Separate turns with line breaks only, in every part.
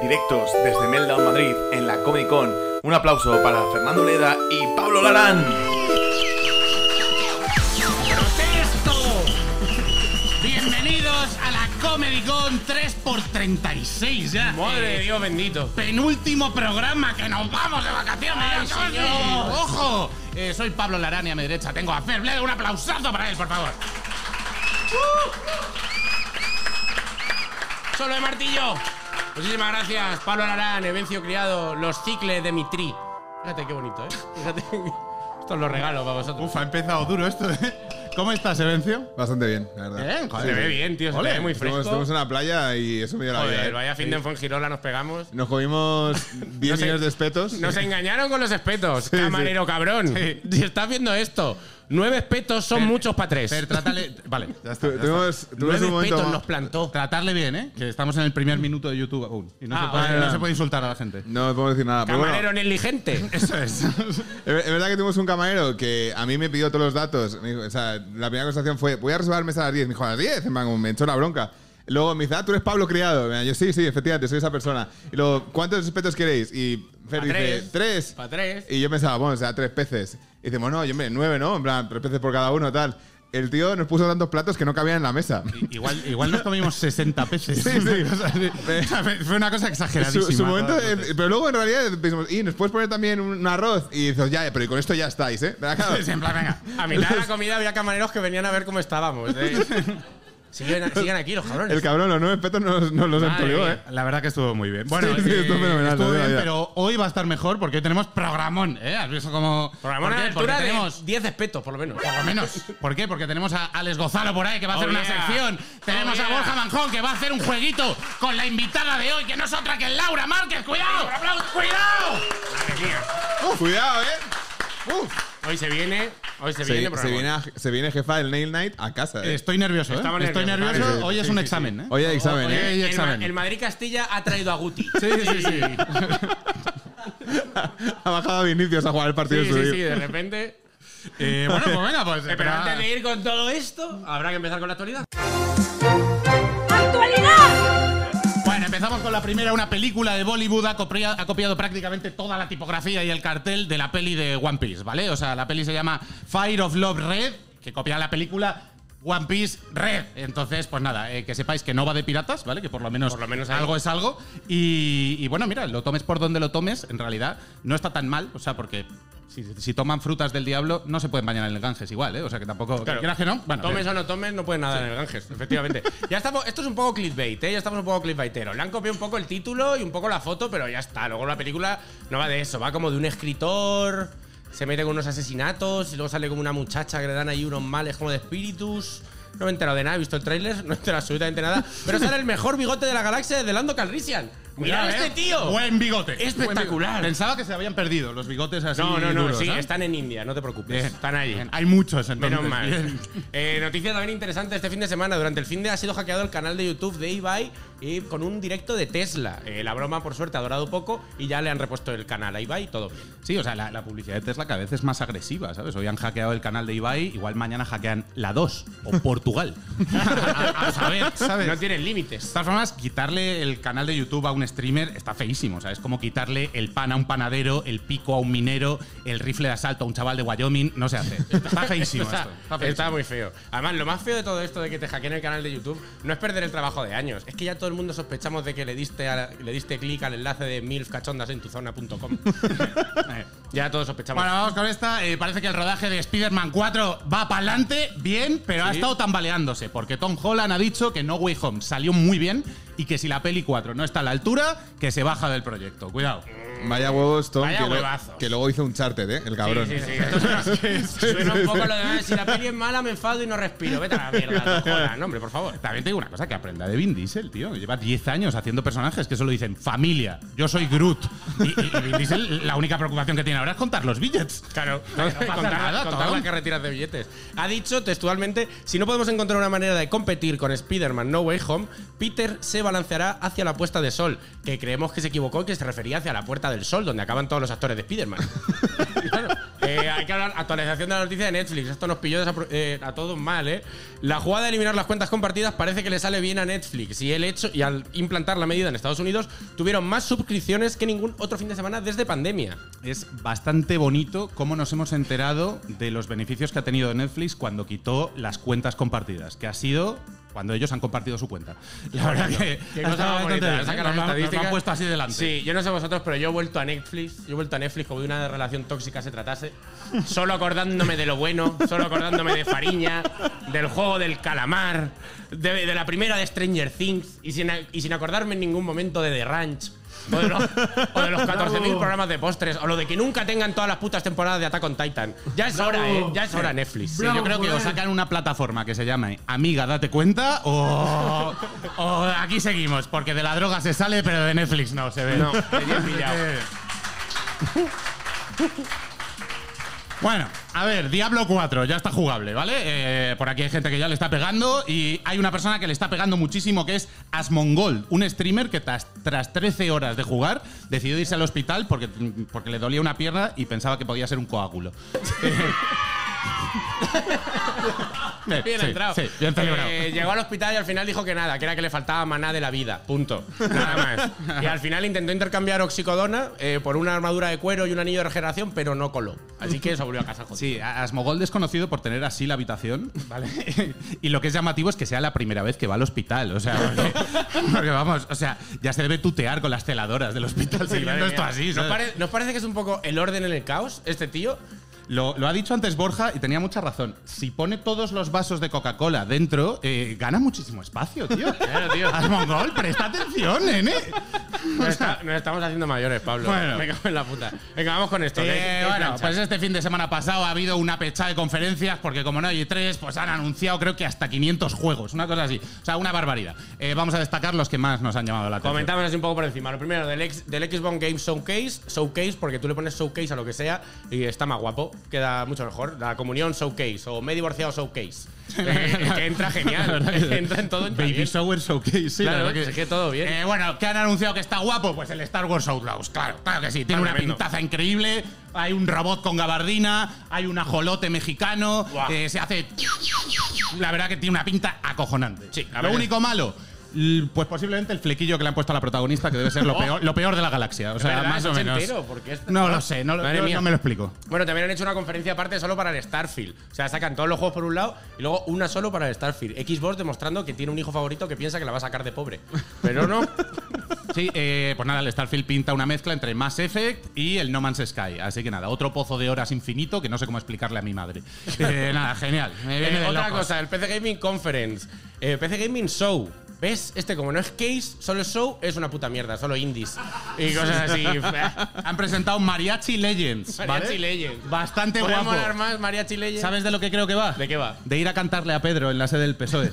directos desde Meltdown Madrid en la Comic Con. Un aplauso para Fernando Leda y Pablo Larán.
¡Protesto! Bienvenidos a la Comedy Con 3x36 ya. Eh,
Madre de Dios bendito.
Penúltimo programa que nos vamos de vacaciones.
Ay,
ya casi.
señor.
¡Ojo! Eh, soy Pablo Larani a mi derecha. Tengo a Fer Bled. Un aplausazo para él, por favor. Uh.
Solo de martillo. Muchísimas gracias, Pablo Larán, Evencio Criado, los cicles de mi tri. Fíjate qué bonito, ¿eh? Fíjate. Esto os lo regalo para vosotros.
Uf, ha empezado duro esto, ¿eh? ¿Cómo estás, Evencio?
Bastante bien, la verdad.
¿Eh? Se ve bien, tío. Se
Ole,
ve muy fresco.
Estuvimos, estuvimos en la playa y eso me dio la vida.
Joder,
¿eh?
vaya fin de Fongirola nos pegamos.
Nos comimos 10
No sé-
millones de espetos.
Nos engañaron con los espetos, camarero cabrón. Si estás viendo esto, nueve espetos son muchos para tres.
Fer, trátale. Vale.
Ya está, ya está.
Tuvimos, tuvimos
nueve
un
espetos nos
momento.
plantó.
Tratarle bien, ¿eh? Que estamos en el primer minuto de YouTube aún. Y no,
Ah,
se, puede,
vale,
no
vale.
se puede insultar a la gente.
No podemos decir nada. Pero bueno,
Camarero negligente.
Eso es.
es ver- es verdad que tuvimos un camarero que a mí me pidió todos los datos. Me dijo- o sea, la primera conversación fue: Voy a reservar mesa a las 10. Me dijo: A las 10. En plan, Me echó la bronca. Luego me dice: Ah, tú eres Pablo Criado. Me dijo, yo sí, sí, efectivamente, soy esa persona. Y luego, ¿cuántos espetos queréis? Y Fer
Pa'
dice:
tres.
Tres.
Para tres.
Y yo pensaba, bueno, o sea, tres peces. Y decimos, no, yo me nueve, ¿no? En plan, tres peces por cada uno, tal. El tío nos puso tantos platos que no cabían en la mesa.
Igual, igual nos comimos 60 peces.
Sí, sí.
O sea, sí. Fue una cosa
Su,
exageradísima.
su momento, eh, pero luego en realidad pensamos, y nos puedes poner también un arroz. Y dices, ya, pero con esto ya estáis, ¿eh? ¿Verdad, claro?
Sí, en plan, venga.
A mitad de la comida había camareros que venían a ver cómo estábamos. ¿eh? Siguen, sigan aquí los cabrones.
El cabrón, los nueve petos nos, nos los
Madre
entulió,
mía.
¿eh?
La verdad que estuvo muy bien. Bueno,
Sí, sí,
eh,
estuvo fenomenal,
estuvo
de
bien,
verdad.
pero hoy va a estar mejor porque hoy tenemos programón, ¿eh? Has visto como
Programón a la altura de
tenemos
10 espetos, por lo menos.
por lo menos. ¿Por qué? Porque tenemos a Alex Gozalo por ahí que va a
Oh,
hacer una
yeah.
sección. Tenemos
Oh,
a
yeah.
Borja Manjón que va a hacer un jueguito con la invitada de hoy, que no es otra que Laura Márquez. ¡Cuidado! ¡Cuidado!
Cuidado, ¿eh? Uf.
Hoy se viene, hoy se,
Se,
viene,
se
programa.
viene a- se viene jefa del Nail Night a casa, ¿eh?
Estoy nervioso, ¿eh?
Estamos
Estoy
nerviosos,
nervioso.
vale.
Hoy es un examen, ¿eh?
Hoy hay examen,
Oye,
¿eh?
Ey,
el,
examen.
Ma- el Madrid Castilla ha traído a Guti.
Sí, sí, sí.
Ha bajado a Vinicius a jugar el partido
sí,
de su
sí,
vida.
sí, de repente.
Eh, bueno, pues venga, pues.
Eh, Pero antes de ir con todo esto, habrá que empezar con la actualidad.
¡Actualidad!
Bueno, empezamos con la primera. Una película de Bollywood ha copia- ha copiado prácticamente toda la tipografía y el cartel de la peli de One Piece, ¿vale? O sea, la peli se llama Fire of Love Red, que copia la película One Piece Red. Entonces, pues nada, eh, que sepáis que no va de piratas, ¿vale? Que por lo menos,
Por lo menos ahí.
algo es algo. Y, y bueno, mira, lo tomes por donde lo tomes, en realidad no está tan mal, o sea, porque. Si, si toman frutas del diablo, no se pueden bañar en el Ganges igual, ¿eh? O sea que tampoco. que
Claro.
quieras que Ah, no, bueno,
tomes o no tomes, no puedes nada en el Ganges, efectivamente. ya estamos, esto es un poco clickbait, ¿eh? ya estamos un poco clickbaitero. Le han copiado un poco el título y un poco la foto, pero ya está. Luego la película no va de eso, va como de un escritor, se mete con unos asesinatos y luego sale como una muchacha que le dan ahí unos males como de espíritus. No me he enterado de nada, he visto el tráiler, no he enterado absolutamente nada. Pero sale el mejor bigote de la galaxia desde Lando Calrissian. ¡Mirad
Cuidado,
a este
¿eh?
tío!
Buen bigote.
Espectacular.
Pensaba que se habían perdido los bigotes así.
no, no, no,
duros,
sí,
¿eh?
están en India, no te preocupes.
Bien.
Están allí.
Bien, Hay muchos, entonces.
Menos mal.
Bien.
Eh, noticia también interesante este fin de semana. Durante el fin de ha sido hackeado el canal de YouTube de Ibai y con un directo de Tesla. Eh, la broma, por suerte, ha durado poco y ya le han repuesto el canal a Ibai y todo bien.
Sí, o sea, la, la publicidad de Tesla cada vez es más agresiva, ¿sabes? Hoy han hackeado el canal de Ibai, igual mañana hackean la 2 o Portugal. a, a saber, ¿sabes?
No tienen
De
límites.
todas formas, quitarle el canal de YouTube a un streamer está feísimo. O sea, es como quitarle el pan a un panadero, el pico a un minero, el rifle de asalto a un chaval de Wyoming. No se hace. Está feísimo
O sea,
esto. Está feísimo.
está muy feo. Además, lo más feo de todo esto de que te hackeen el canal de YouTube no es perder el trabajo de años. Es que ya todo el mundo sospechamos de que le diste, a- le diste clic al enlace de milfcachondasentuzona.com.
eh.
ya todos sospechamos.
Bueno, vamos con esta. Eh, parece que el rodaje de Spider-Man 4 va para adelante, bien, pero ha estado tambaleándose, porque Tom Holland ha dicho que No Way Home salió muy bien y que si la peli 4 no está a la altura, que se baja del proyecto. Cuidado.
Vaya huevos, Tom,
Vaya
que, lo-
huevazos.
que luego hizo un charter, ¿eh? El cabrón.
Sí, sí, sí. Esto suena- Suena un poco lo de "Ah, si la peli es mala, me enfado y no respiro. Vete a la mierda, cojones. No, hombre, por favor.
También te digo una cosa, que aprenda de Vin Diesel, tío. Lleva 10 años haciendo personajes que solo dicen familia, yo soy Groot. Y, y- y Vin Diesel, la única preocupación que tiene ahora es contar los billets.
Claro,
no pasa
contar,
nada,
contar
Tom.
las carreteras de billetes. Ha dicho textualmente, si no podemos encontrar una manera de competir con Spider-Man No Way Home, Peter se balanceará hacia la puesta de sol, que creemos que se equivocó y que se refería hacia la puerta del sol, donde acaban todos los actores de Spider-Man. Claro. Eh, eh, hay que hablar. Actualización de la noticia de Netflix. Esto nos pilló desapro- eh, a todos mal, ¿eh? La jugada de eliminar las cuentas compartidas parece que le sale bien a Netflix. Y, el hecho, y al implantar la medida en Estados Unidos, tuvieron más suscripciones que ningún otro fin de semana desde pandemia.
Es bastante bonito cómo nos hemos enterado de los beneficios que ha tenido Netflix cuando quitó las cuentas compartidas, que ha sido cuando ellos han compartido su cuenta. La verdad que
Qué
ha
cosa
estado
más
bastante
bonita,
bien,
saca las
¿eh? Nos lo han- nos lo
estadísticas.
han puesto así delante.
Sí, yo no sé vosotros, pero yo he vuelto a Netflix. Yo he vuelto a Netflix como de una relación tóxica se tratase. Solo acordándome de lo bueno, solo acordándome de Fariña, del juego del calamar, de, de la primera de Stranger Things y sin, a- y sin acordarme en ningún momento de The Ranch. O de los, o de los 14.000 programas de postres, o lo de que nunca tengan todas las putas temporadas de Attack on Titan. Ya es hora, ¿eh? Ya es hora, Netflix.
Sí, yo creo que o sacan una plataforma que se llame Amiga, date cuenta, o, o aquí seguimos, porque de la droga se sale, pero de Netflix no se ve.
No, tenía pillado.
Bueno, a ver, Diablo 4 ya está jugable, ¿vale? Eh, por aquí hay gente que ya le está pegando y hay una persona que le está pegando muchísimo que es Asmongold, un streamer que tras, tras 13 horas de jugar decidió irse al hospital porque, porque le dolía una pierna y pensaba que podía ser un coágulo. Eh,
Bien
sí,
entrado.
sí, bien celebrado.
Eh, llegó al hospital y al final dijo que nada, que era que le faltaba maná de la vida. Punto. Nada más. Y al final intentó intercambiar oxicodona eh, por una armadura de cuero y un anillo de regeneración, pero no coló. Así que se volvió a casa jodido.
Sí, a- Asmogold es conocido por tener así la habitación, ¿vale? y lo que es llamativo es que sea la primera vez que va al hospital, o sea, porque, porque, vamos, o sea, ya se debe tutear con las celadoras del hospital siguiendo
Madre
esto
mía.
así,
¿Nos,
¿sabes?
pare- nos parece que es un poco el orden en el caos, este tío?
Lo, lo ha dicho antes Borja y tenía mucha razón. Si pone todos los vasos de Coca-Cola dentro, eh, gana muchísimo espacio, tío.
Claro, tío.
Asmongol, presta atención, nene.
Nos, está- nos estamos haciendo mayores, Pablo.
Bueno.
Me cago en la puta. Venga, vamos con esto. que hay- que
Eh,
hay
bueno,
plancha.
pues este fin de semana pasado ha habido una pechada de conferencias porque como no hay tres, pues han anunciado creo que hasta 500 juegos, una cosa así. O sea, una barbaridad. Eh, vamos a destacar los que más nos han llamado la atención.
Comentamos así un poco por encima. Lo primero, del, ex- del Xbox Game Showcase, Showcase, porque tú le pones Showcase a lo que sea y está más guapo, queda mucho mejor. La comunión Showcase o me he divorciado Showcase. Eh, que entra
La
genial,
verdad que-
entra en todo. entra
Baby
bien.
Shower Showcase, sí, la
Claro,
verdad
es que todo bien.
Eh, bueno, ¿qué han anunciado que está guapo? Pues el Star Wars Outlaws, claro, claro que sí. Tiene una
Tremendo.
pintaza increíble, hay un robot con gabardina, hay un ajolote mexicano,
Guau.
eh, se hace... La verdad que tiene una pinta acojonante.
Sí, a
lo
ver.
único malo... l- Pues posiblemente el flequillo que le han puesto a la protagonista, que debe ser lo peor, lo peor de la galaxia. O sea,
verdad,
más
Oh. es
o menos.
ochentero, porque es-
No lo sé, no, lo-
Madre
no-
mía.
no me lo explico.
Bueno, también han hecho una conferencia aparte solo para el Starfield. O sea, sacan todos los juegos por un lado y luego una solo para el Starfield. Xbox demostrando que tiene un hijo favorito que piensa que la va a sacar de pobre. Pero no.
Sí, eh, pues nada, el Starfield pinta una mezcla entre Mass Effect y el No Man's Sky. Así que nada, otro pozo de horas infinito que no sé cómo explicarle a mi madre. Eh, nada, genial. Me viene
Eh,
de
otra
locos.
cosa, el PC Gaming Conference. Eh, PC Gaming Show. ¿Ves? Este, como no es case, solo es show, es una puta mierda, solo indies. Y cosas así.
Han presentado Mariachi Legends. ¿vale?
Mariachi Legends.
Bastante
¿Puede
guapo.
molar más Mariachi Legends?
¿Sabes de lo que creo que va?
¿De qué va?
De ir a cantarle a Pedro en la sede del PSOE.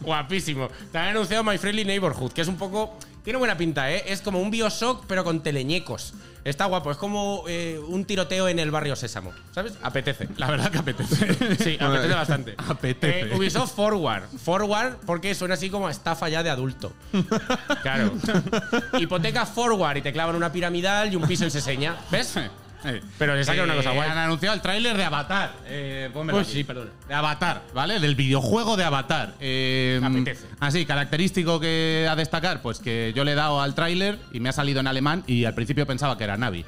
Guapísimo. Te han anunciado My Friendly Neighborhood, que es un poco. Tiene buena pinta, ¿eh? Es como un Bioshock, pero con teleñecos. Está guapo, es como eh, un tiroteo en el barrio Sésamo. ¿Sabes? Apetece.
la verdad que apetece.
Sí, apetece bastante.
Apetece.
Eh, Ubisoft Forward. Forward porque suena así como a estafa ya de adulto. Claro. Hipoteca Forward y te clavan una piramidal y un piso en Seseña. ¿Ves? Pero le saca una cosa guay.
Eh, Han anunciado el tráiler de Avatar. Eh, pónmelo
Pues
aquí.
sí, perdona.
De Avatar, ¿vale? Del videojuego de Avatar. Eh,
Apetece.
Así, característico que a destacar, pues que yo le he dado al tráiler y me ha salido en alemán y al principio pensaba que era Navi.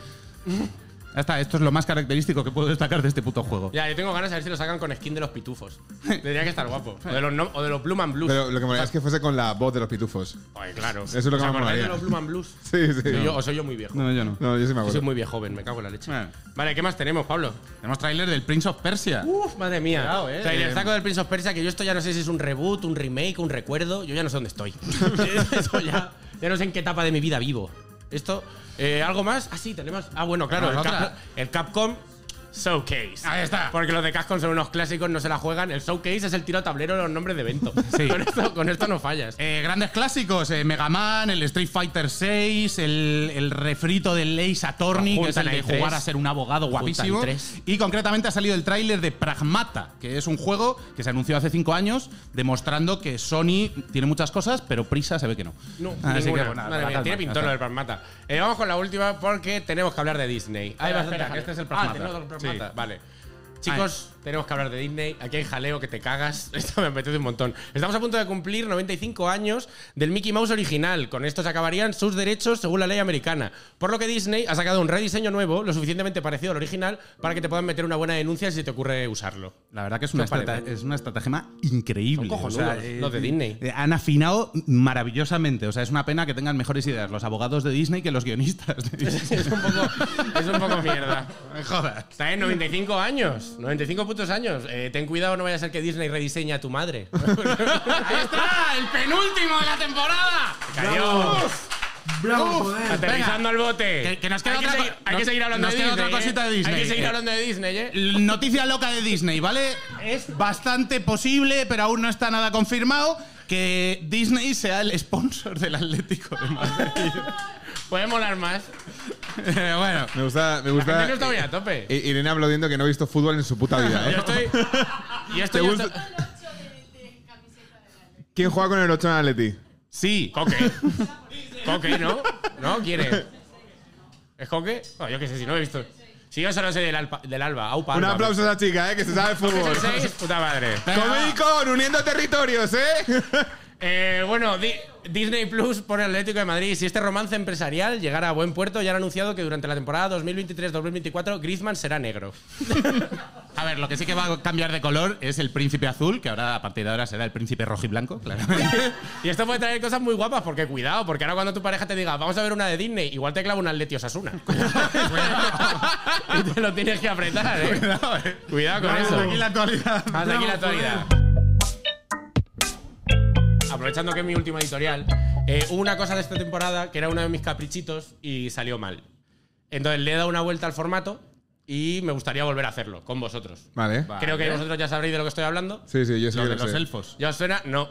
Ya está, esto es lo más característico que puedo destacar de este puto juego.
Ya, yo tengo ganas de ver si lo sacan con skin de los pitufos. Tendría que estar guapo. O de los, no- o de los Blue Man Blues.
Pero lo que me es que fuese con la voz de los pitufos.
Ay, claro.
Eso es lo que
¿Os
me
acordáis
molaría.
de los Blue Man Blues?
Sí, sí.
Soy yo- o soy yo muy viejo.
No, yo no.
No, yo
Yo
sí me
soy
acuerdo.
muy viejo, joven, me cago en la leche.
Bueno.
Vale, ¿qué más tenemos, Pablo?
Tenemos tráiler del Prince of Persia.
Uf, madre mía.
Cuidado, eh.
Trailer saco del Prince of Persia, que yo esto ya no sé si es un reboot, un remake, un recuerdo. Yo ya no sé dónde estoy. Eso ya, ya no sé en qué etapa de mi vida vivo. Esto, eh, ¿algo más? Ah, sí, tenemos. Ah, bueno, claro, el,
Tenemos
Cap-
otra.
el Capcom Showcase.
Ahí está.
Porque los de Cascon son unos clásicos, no se la juegan. El Showcase es el tiro a tablero de los nombres de evento. Con, esto, con esto no fallas.
Eh, grandes clásicos, eh, Mega Man, el Street Fighter 6, el, el refrito del Ace Attorney, que es el
Juntan
de
ahí tres.
jugar a ser un abogado guapísimo.
tres.
Y concretamente ha salido el tráiler de Pragmata, que es un juego que se anunció hace cinco años, demostrando que Sony tiene muchas cosas, pero prisa se ve que no.
No, ninguna.
Así que, bueno, nada,
Madre mía,
calma,
tiene
ya
pintor lo
está.
del Pragmata. Eh, vamos con la última porque tenemos que hablar de Disney. Eh, Hay
Espera,
bastante
espera, que
jaleo.
este es el Pragmata.
Ah, tenemos el Pragmata.
Sí.
Vale. Ah, Chicos, tenemos que hablar de Disney. Aquí hay jaleo que te cagas. Esto me apetece un montón. Estamos a punto de cumplir 95 años del Mickey Mouse original. Con esto se acabarían sus derechos según la ley americana. Por lo que Disney ha sacado un rediseño nuevo, lo suficientemente parecido al original, para que te puedan meter una buena denuncia si te ocurre usarlo.
La verdad que es una,
Son pare-
estrata- es una estratagema increíble.
Son cojonudos, los de Disney.
eh, Han afinado maravillosamente. O sea, es una pena que tengan mejores ideas los abogados de Disney que los guionistas de Disney.
es, un poco, es un poco mierda.
No me jodas.
Está en 95 años, 95 putos años. Eh, ten cuidado, no vaya a ser que Disney rediseñe a tu madre.
¡Ahí está! ¡El penúltimo de la temporada!
Cayó.
Bravo, joder.
Aterrizando al bote.
Que- que nos queda
hay, que
otra
seguir,
co-
hay
nos-
que seguir hablando
nos
de
queda
Disney.
otra cosita de
¿eh?
Disney.
Hay que seguir
Eh.
hablando de Disney, ¿eh?
Noticia loca de Disney, ¿vale? Es bastante posible, pero aún no está nada confirmado, que Disney sea el sponsor del Atlético de Madrid.
Puede molar más.
Eh, bueno.
Me gusta. Me gusta
Disney no está muy a tope.
I- Irene aplaudiendo que no ha visto fútbol en su puta vida.
Yo
¿eh?
estoy. Yo estoy.
¿Te
yo
gusta?
estoy-
¿Quién juega con el 8 en Atleti?
Sí.
Coque. Coque, ¿no? ¿No? ¿Quién es? ¿Es Coque? No, yo qué sé, si no he visto. Si yo solo sé del, Alpa- del Alba. Aupa,
Un
Alba.
aplauso a esa chica, ¿eh? que se sabe el
¿Qué es
fútbol.
el seis? Puta madre.
Comedy con uniendo territorios, ¿eh?
Eh, bueno, Di- Disney Plus por el Atlético de Madrid. Si este romance empresarial llegara a buen puerto, ya han anunciado que durante la temporada 2023-2024 Griezmann será negro.
A ver, lo que sí que va a cambiar de color es el príncipe azul, que ahora a partir de ahora será el príncipe rojo y blanco, claramente.
y esto puede traer cosas muy guapas, porque cuidado, porque ahora cuando tu pareja te diga, vamos a ver una de Disney, igual te clava un Atleti Osasuna. y te lo tienes que apretar, eh. Cuidado, con eso.
Ah, Aquí la actualidad.
Hasta aquí la actualidad. Aprovechando que es mi última editorial, eh, hubo una cosa de esta temporada que era uno de mis caprichitos y salió mal. Entonces le he dado una vuelta al formato y me gustaría volver a hacerlo con vosotros.
Vale.
Creo que vosotros ya sabréis de lo que estoy hablando.
Sí, sí, yo sí
Lo
que
de
lo
los
sé.
elfos.
¿Ya os suena? No.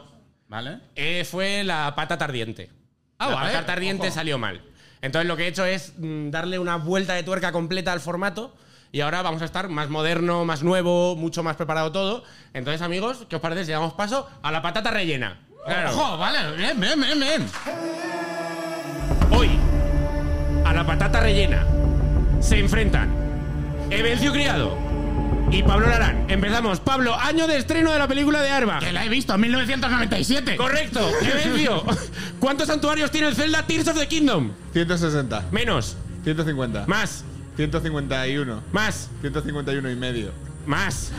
¿Vale?
Eh, fue la pata tardiente.
Ah,
la
vale.
pata tardiente salió mal. Entonces lo que he hecho es mm, darle una vuelta de tuerca completa al formato y ahora vamos a estar más moderno, más nuevo, mucho más preparado todo. Entonces, amigos, ¿qué os parece si damos paso a la patata rellena? Claro.
Ojo, vale, bien, bien, bien, bien.
Hoy, a la patata rellena se enfrentan Evencio Criado y Pablo Larán. Empezamos. Pablo, año de estreno de la película de Arba.
Que la he visto en 1997.
Correcto, Evencio. ¿Cuántos santuarios tiene el Zelda Tears of the Kingdom?
160,
Menos,
150,
más,
151,
más,
151 y medio,
más,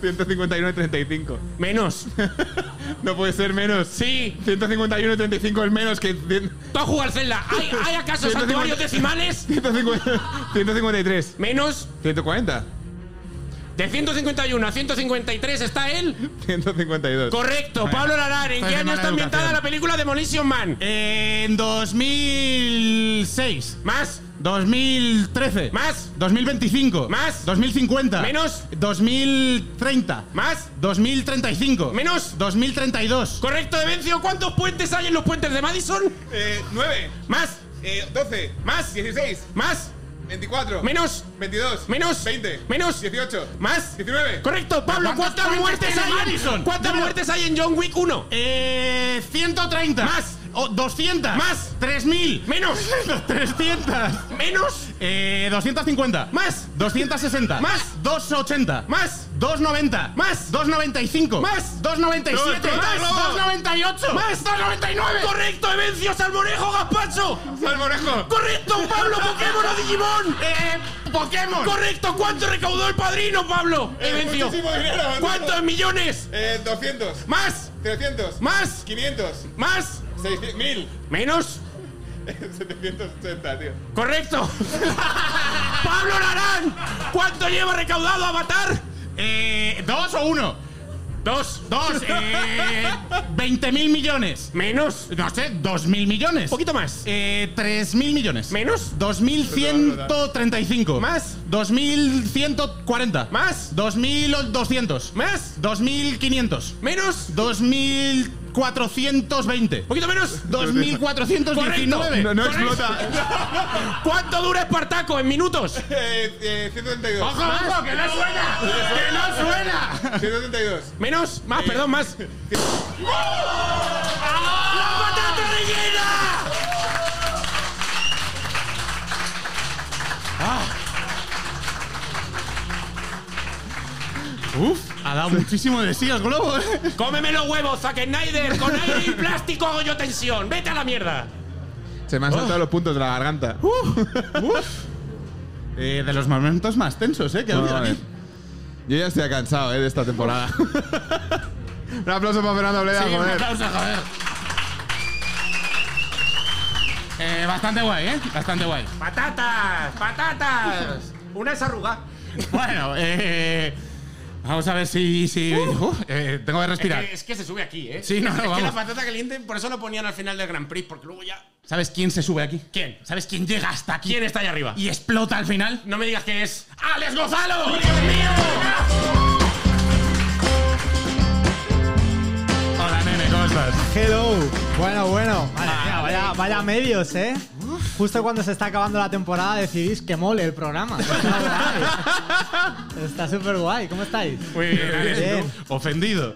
151 y 35.
menos.
No puede ser menos.
Sí.
151 y 35 es menos que. cien-
Tú has jugado al Zelda. ¿Hay, hay acaso santuarios decimales?
150 153,
Menos.
140,
De 151 a 153 está él.
152.
Correcto. Pablo Larán, ¿en
Estoy
qué
de
año
mala
está ambientada
educación.
la película Demolition Man?
En 2006.
Más,
2013.
más,
2025.
Más.
2050.
Menos.
2030.
más.
2035.
Menos.
2032.
Correcto, Evencio. ¿Cuántos puentes hay en los puentes de Madison?
9,
Más,
Eh, 12,
más,
16,
más,
24,
menos,
22,
menos, menos,
18,
más.
19.
Correcto, Pablo,
¿Cuántas
¿cuántas muertes
muertes
hay en
tiene Madison?
¿Cuántas
Dímelo.
muertes hay en John Wick 1?
Eh, 130.
Más.
O 200.
Más.
3000.
Menos,
300.
menos,
Eh, 250.
Más.
260.
Más.
280.
más,
290.
Más.
295.
Más.
297.
Más.
298.
más. 299. Correcto, Evencio, Salmorejo, Gaspacho.
Salmorejo.
Correcto, Pablo, Pokémon o Digimon.
Eh, Pokémon. Eh,
Correcto, ¿cuánto recaudó el padrino, Pablo? Evencio.
Eh, muchísimo dinero.
¿Cuántos millones?
Eh, 200,
Más,
300,
más,
500,
más,
600, 1000,
menos.
780, tío.
Correcto. Pablo Larán, ¿cuánto lleva recaudado Avatar?
Eh, ¿Dos o uno?
Dos, dos, eh, 20.000 millones.
Menos.
No sé, 2.000 millones.
Un poquito más.
Eh, 3.000 millones.
Menos.
2.135.
Más.
2.140.
Más.
2.200.
Más.
2.500.
Menos. Un
2.420.
poquito menos.
2.419.
No, no explota.
¿Cuánto dura Espartaco en minutos?
Eh, eh, 132.
¡Ojo, ojo, que no suena! ¡Que no suena!
132.
Menos. Más, perdón, más. ¡La patata rellena!
Uf, ha dado muchísimo de sí el globo, ¿eh?
Cómeme los huevos, Zack Snyder. Con aire y plástico hago yo tensión. Vete a la mierda.
Se me han saltado los puntos de la garganta.
Eh, de los momentos más tensos, ¿eh? Que ha
Bueno,
habido
vale.
aquí.
Yo ya estoy cansado eh, de esta temporada. un aplauso para Fernando Bleda,
Sí, un
joder.
aplauso, joder. Eh, bastante guay, ¿eh? Bastante guay.
¡Patatas! ¡Patatas! Una es arruga.
Bueno, eh, vamos a ver si... si
uh,
Uf, eh, tengo que respirar.
Es que, es que se sube aquí, ¿eh?
Sí, no, no,
es que la
vamos.
patata caliente, por eso lo ponían al final del Grand Prix, porque luego ya.
¿Sabes quién se sube aquí?
¿Quién?
¿Sabes quién llega hasta aquí
¿Quién está ahí arriba?
y explota al final?
No me digas que es. ¡Alex Gonzalo! ¡Dios mío!
Hola, nene, ¿cómo estás?
Hello. Bueno, bueno.
Ah,
Vaya, vaya, vaya medios, ¿eh? Justo cuando se está acabando la temporada decidís que mole el programa. Está guay. Está súper guay. ¿Cómo estáis?
Muy bien, Alex, ¿tú?
Bien.
Ofendido.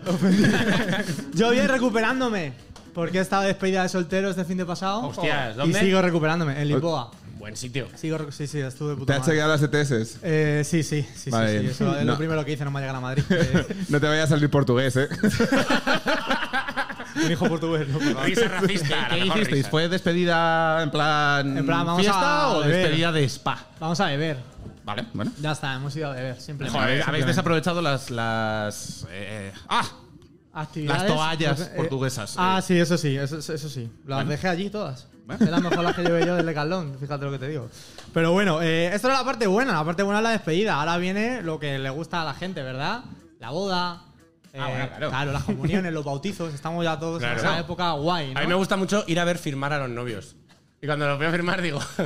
Yo bien recuperándome. Porque he estado despedida de soltero este fin de pasado.
Hostias,
Y
¿dónde?
sigo recuperándome, en Lisboa.
Buen sitio.
Sigo, recu- sí, sí, estuve de
Te
puta
has
madre.
chequeado las ETS.
Eh, sí, sí, sí,
Vale,
sí, sí,
bien.
Eso es
No.
lo primero que hice, no me llegan a Madrid. Eh,
No te vaya a salir portugués, eh.
un hijo portugués, ¿no? Por favor.
Risa racista. la
¿Qué
mejor
hicisteis?
risa.
¿Fue despedida en plan,
En plan, vamos
fiesta
a
o
beber.
despedida de spa?
Vamos a beber.
Vale, bueno.
Ya está, hemos ido a beber, simplemente.
Joder, habéis desaprovechado las. las eh, ¡Ah!
Actividades.
Las toallas
Eh,
portuguesas.
Ah, sí, eso sí, eso, eso sí. Las dejé allí todas. Es la mejor las que llevé yo del Decathlon, fíjate lo que te digo. Pero bueno, eh, esto era la parte buena, la parte buena es la despedida. Ahora viene lo que le gusta a la gente, ¿verdad? La boda. eh,
bueno, claro.
las comuniones, los bautizos, estamos ya todos
Claro.
en esa época guay, ¿no?
A mí me gusta mucho ir a ver firmar a los novios. Y cuando los veo firmar, digo.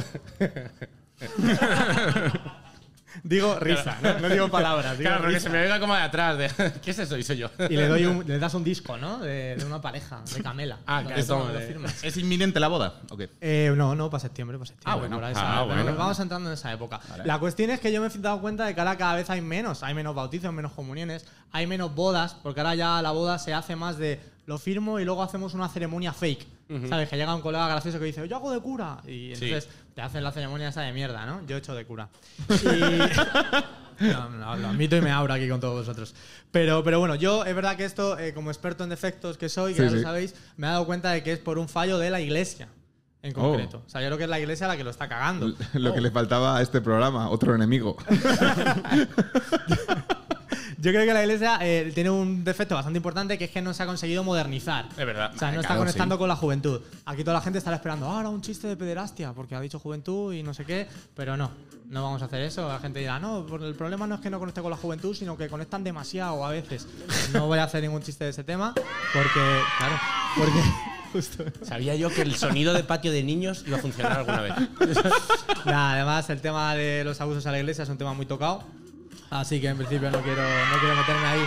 Digo risa, no, No digo palabras, digo
claro, porque
risa.
se me oiga como de atrás. De, ¿Qué es eso? Y soy yo.
Y le, doy un- le das un disco, ¿no? De, de una pareja, de Camela.
Ah,
Entonces,
claro,
no lo
de-
firmas.
¿Es inminente la boda? Ok.
Eh, no, no, para septiembre, para septiembre.
Ah, bueno.
por ahí, esa
Ah,
época.
bueno.
Pero Vamos entrando en esa época. La cuestión es que yo me he dado cuenta de que ahora cada vez hay menos. Hay menos bautizos, menos comuniones, hay menos bodas, porque ahora ya la boda se hace más de lo firmo y luego hacemos una ceremonia fake. ¿Sabes? Que llega un colega gracioso que dice, yo hago de cura. Y entonces te hacen la ceremonia esa de mierda, ¿no? Yo he hecho de cura. Y... No, no, lo admito y me abro aquí con todos vosotros. Pero, pero bueno, yo es verdad que esto, eh, como experto en defectos que soy, que
Sí,
ya lo
sí.
sabéis, me he dado cuenta de que es por un fallo de la iglesia en
Oh.
concreto. O sea, yo creo que es la iglesia la que lo está cagando.
Lo que le faltaba a este programa, otro enemigo.
Yo creo que la iglesia eh, tiene un defecto bastante importante que es que no se ha conseguido modernizar.
Es verdad.
O sea, no está
claro,
conectando con la juventud. Aquí toda la gente estará esperando ahora un chiste de pederastia porque ha dicho juventud y no sé qué, pero no, no vamos a hacer eso. La gente dirá, no, por- el problema no es que no conecte con la juventud, sino que conectan demasiado a veces. No voy a hacer ningún chiste de ese tema porque, claro, porque justo.
Sabía yo que el sonido de patio de niños iba a funcionar alguna vez.
Nada, además el tema de los abusos a la iglesia es un tema muy tocado. Así que en principio no quiero, no quiero meterme ahí.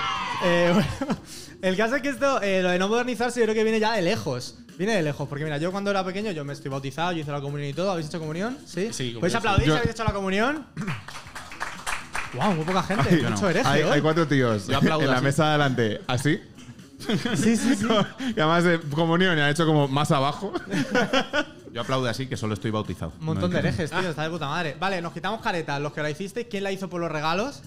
Eh, bueno, el caso es que esto, eh, lo de no modernizarse, yo creo que viene ya de lejos. Viene de lejos, porque mira, yo cuando era pequeño, yo me estoy bautizado, yo hice la comunión y todo. ¿Habéis hecho comunión? Sí.
Sí,
¿Podéis
comunión,
aplaudir si
Yo-
habéis hecho la comunión? ¡Wow! Muy poca gente,
Yo no.
mucho hereje
hay,
hoy.
hay cuatro tíos
Yo aplaudo
en la
así.
mesa de adelante, así.
Sí, sí, sí.
Y además de comunión, y han hecho como más abajo.
Yo aplaudo así, que solo estoy bautizado.
Un montón de herejes, tío, está de puta madre. Vale, nos quitamos caretas, los que la hicisteis, ¿quién la hizo por los regalos?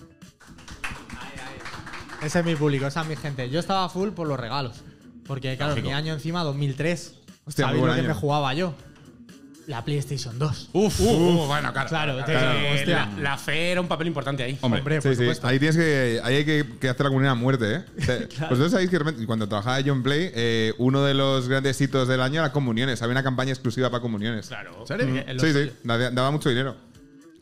Ese es mi público, esa es mi gente. Yo estaba full por los regalos. Porque, claro, mi año encima, 2003.
Hostia, muy
¿Sabéis
buen
lo que
año.
me jugaba yo? La PlayStation 2.
Uf,
uh,
bueno, claro.
Claro, te-
Eh,
hostia.
la, la fe era un papel importante ahí.
Hombre, por
sí, sí.
supuesto.
Ahí, tienes que, ahí hay que, que hacer la comunión a muerte, ¿eh? O sea, Vosotros sabéis que realmente, cuando trabajaba yo en Play, eh, uno de los grandes hitos del año era comuniones. Había una campaña exclusiva para comuniones.
Claro. Mm.
Sí, sí. da- Daba mucho dinero.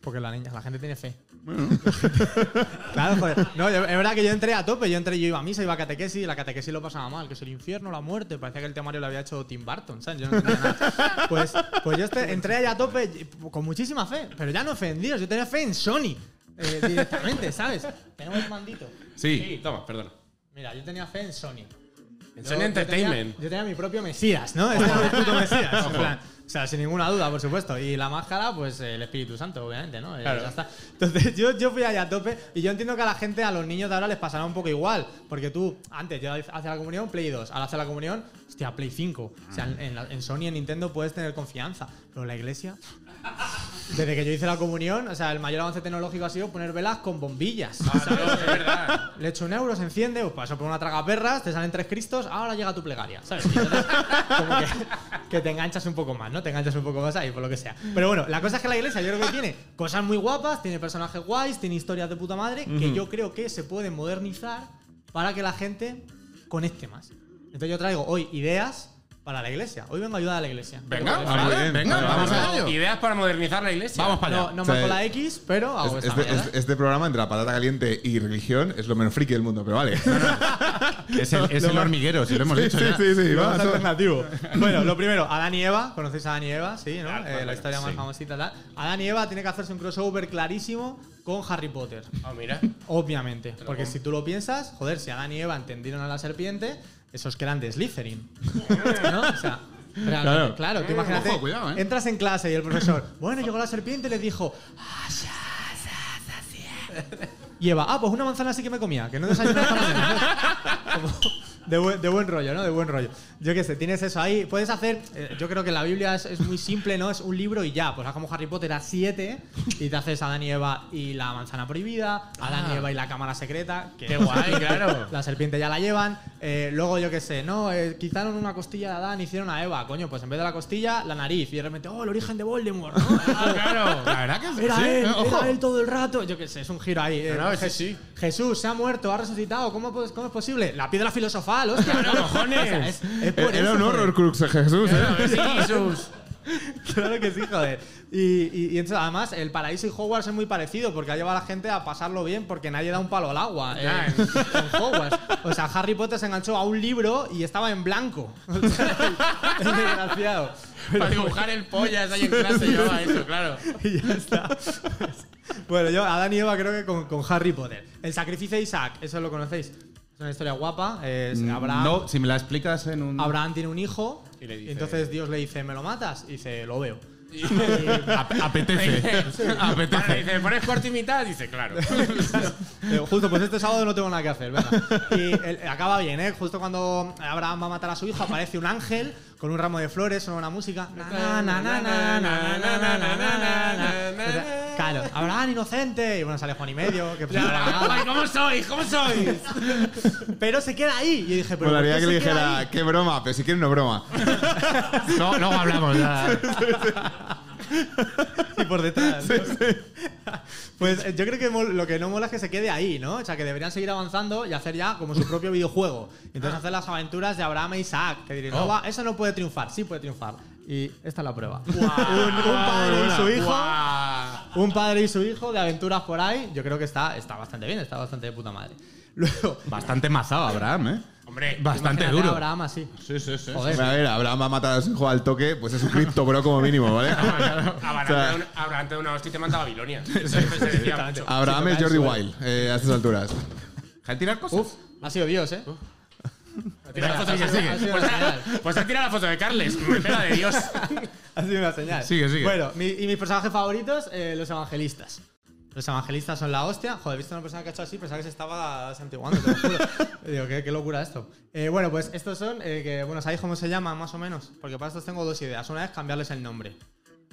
Porque la niña, la gente tiene fe. Claro, joder. No, yo- es verdad que yo entré a tope. Yo entré, yo iba a misa, iba a catequesis, y la catequesis lo pasaba mal, que es el infierno, la muerte. Parecía que el temario lo había hecho Tim Burton, ¿sabes? Yo no entendía nada. Pues, pues yo este- entré allá a tope y- con muchísima fe, pero ya no fe en Dios, yo tenía fe en Sony eh, directamente, ¿sabes? Tenemos un mandito.
Sí, toma, perdona.
Mira, yo tenía fe en Sony.
En
Yo-
Sony
yo
Entertainment.
tenía- Yo tenía, mi propio Mesías, ¿no? Este era mi puto Mesías. en plan, o sea, sin ninguna duda, por supuesto. Y la máscara, pues el Espíritu Santo, obviamente, ¿no? Eh, ya está. Entonces yo, yo fui allá a tope y yo entiendo que a la gente, a los niños de ahora les pasará un poco igual. Porque tú, antes, yo hace la comunión, Play 2. Ahora hace la comunión, hostia, Play 5. O sea, en, la- en Sony, en Nintendo puedes tener confianza. Pero en la iglesia, desde que yo hice la comunión, o sea, el mayor avance tecnológico ha sido poner velas con bombillas. ¿sabes? Le echo un euro, se enciende, os paso por una traga perras, te salen tres cristos, ahora llega tu plegaria, ¿sabes? Y entonces, como que, que te enganchas un poco más, ¿no? Te enganchas un poco más ahí, por lo que sea. Pero bueno, la cosa es que la iglesia yo creo que tiene cosas muy guapas, tiene personajes guays, tiene historias de puta madre, que yo creo que se pueden modernizar para que la gente conecte más. Entonces yo traigo hoy ideas para la iglesia. Hoy vengo a ayudar a la iglesia.
Venga,
Ah, muy bien.
Venga,
Vale,
vamos
vale.
a ello.
Ideas para modernizar la iglesia.
Vamos para allá.
No, no
O sea,
me hago la X, pero hago
Es-
esta
Este,
mierda.
es- este programa entre la patata caliente y religión es lo menos friki del mundo, pero vale.
Es el, es el hormiguero, si lo hemos
Sí,
dicho
sí,
ya.
sí, sí,
Lo
va,
más
son-
alternativo. Bueno, lo primero, Adán y Eva. ¿Conocéis a Adán y Eva? Sí, ¿no? Eh, la historia más famosita tal. Adán y Eva tiene que hacerse un crossover clarísimo con Harry Potter.
Ah, mira.
Obviamente. Porque si tú lo piensas, joder, si Adán y Eva entendieron a la serpiente, esos que eran de Slytherin. ¿No? O sea. Claro. claro, tú imagínate.
Ojo, cuidado, ¿eh?
Entras en clase y el profesor, bueno, llegó la serpiente y le dijo, "Ah, ya, ya, ya, ya". y Eva, ah, pues una manzana sí que me comía, que no desayunaba para nada. Como de, buen, de buen rollo, ¿no? De buen rollo. Yo qué sé, tienes eso ahí. Puedes hacer, eh, yo creo que la Biblia es, es muy simple, ¿no? Es un libro y ya. Pues haz como Harry Potter a siete y te haces Adán y Eva y la manzana prohibida, Adán y Eva y la cámara secreta. Que
Ah. Qué guay, claro.
la serpiente ya la llevan. eh, luego, yo qué sé, no, eh, quitaron una costilla de Adán, hicieron a Eva. Coño, pues en vez de la costilla, la nariz. Y de repente, oh, el origen de Voldemort, ¿no?
Ah, claro.
La verdad que sí.
Era
sí,
él,
eh, ojo.
era él todo el rato. Yo qué sé, es un giro ahí. eh,
No, no, ese
Je-
sí.
Jesús se ha muerto, ha resucitado. ¿Cómo, pues- cómo es posible? La piedra filosofal, hostia. ¿no?
cojones.
O sea, es- es por
E-, Era
eso,
un
joder.
horror crux, Jesús, ¿eh?
Jesús.
Claro que sí, joder. Y, y- y entonces, además, el paraíso y Hogwarts es muy parecido porque ha llevado a la gente a pasarlo bien porque nadie da un palo al agua eh,
Ya,
en Hogwarts. O sea, Harry Potter se enganchó a un libro y estaba en blanco. O sea, el desgraciado.
Para dibujar el pollas ahí en clase llevaba eso, claro.
Y ya está. Bueno, yo Adán y Eva creo que con, con Harry Potter. El sacrificio de Isaac, eso lo conocéis. Es una historia guapa. es
Mm,
Abraham,
Mm, No, si me la explicas en un.
Abraham tiene un hijo
Y le dice-
entonces Dios le dice, ¿me lo matas? Y dice, lo veo.
Ap- apetece.
Vale,
apetece.
dice, pones cuarto y mitad, dice, claro.
Eh, Justo, pues este sábado no tengo nada que hacer, venga. Y el- acaba bien, ¿eh? Justo cuando Abraham va a matar a su hijo, aparece un ángel con un ramo de flores, suena una música. Na, na, na, na, na, na, na, na, na, na, na. Claro, Abraham inocente. Y bueno, sale Juan y medio. Que pues, presenta la gala.
Ay, ¿Cómo sois? ¿Cómo sois?
pero se queda ahí. Y yo dije, pero. ¿por
Molaría
qué
que le
se queda
dijera,
ahí?
qué broma, pero si quieres no broma.
No, luego hablamos. ya.
Y por detrás. ¿no? pues eh, yo creo que mol- lo que no mola es que se quede ahí, ¿no? O sea, que deberían seguir avanzando y hacer ya como su propio videojuego.
Ah.
Entonces hacer las aventuras de Abraham e Isaac. Que
Oh.
diréis, no, va, eso no puede triunfar. Sí puede triunfar. Y esta es la prueba. Un, un padre y su hijo. Un padre y su hijo de aventuras por ahí. Yo creo que está, está bastante bien, está bastante de puta madre. Luego.
Bastante mazado, Abraham, ¿eh?
Hombre,
Bastante
imagínate a
duro.
Abraham así.
Sí, sí, sí.
Joder.
A ver, Abraham va a matar a su hijo al toque, pues es un cripto, bro, como mínimo, ¿vale?
Abraham te da una- Abraham te da una hostia y te manda a Babilonia. Eso se decía mucho.
Ah,
Abraham es Jordi Wild eh, a estas alturas.
¿Deja de tirar cosas?
Uf, ha sido Dios, ¿eh?
Tira la foto que
Ha sido- ha
sigue.
sido
Pues,
genial.
pues ha tirado la foto de Carles. Me pega de Dios.
Ha sido una señal.
Sigue, sigue.
Bueno, mi- y mis personajes favoritos, eh, los evangelistas. Los evangelistas son la hostia. Joder, he visto a una persona que ha hecho así, pensaba que se estaba santiguando, te lo juro. Y Digo, qué, qué locura esto. Eh, bueno, pues estos son, eh, que, bueno, ¿sabéis cómo se llaman más o menos? Porque para estos tengo dos ideas. Una es cambiarles el nombre.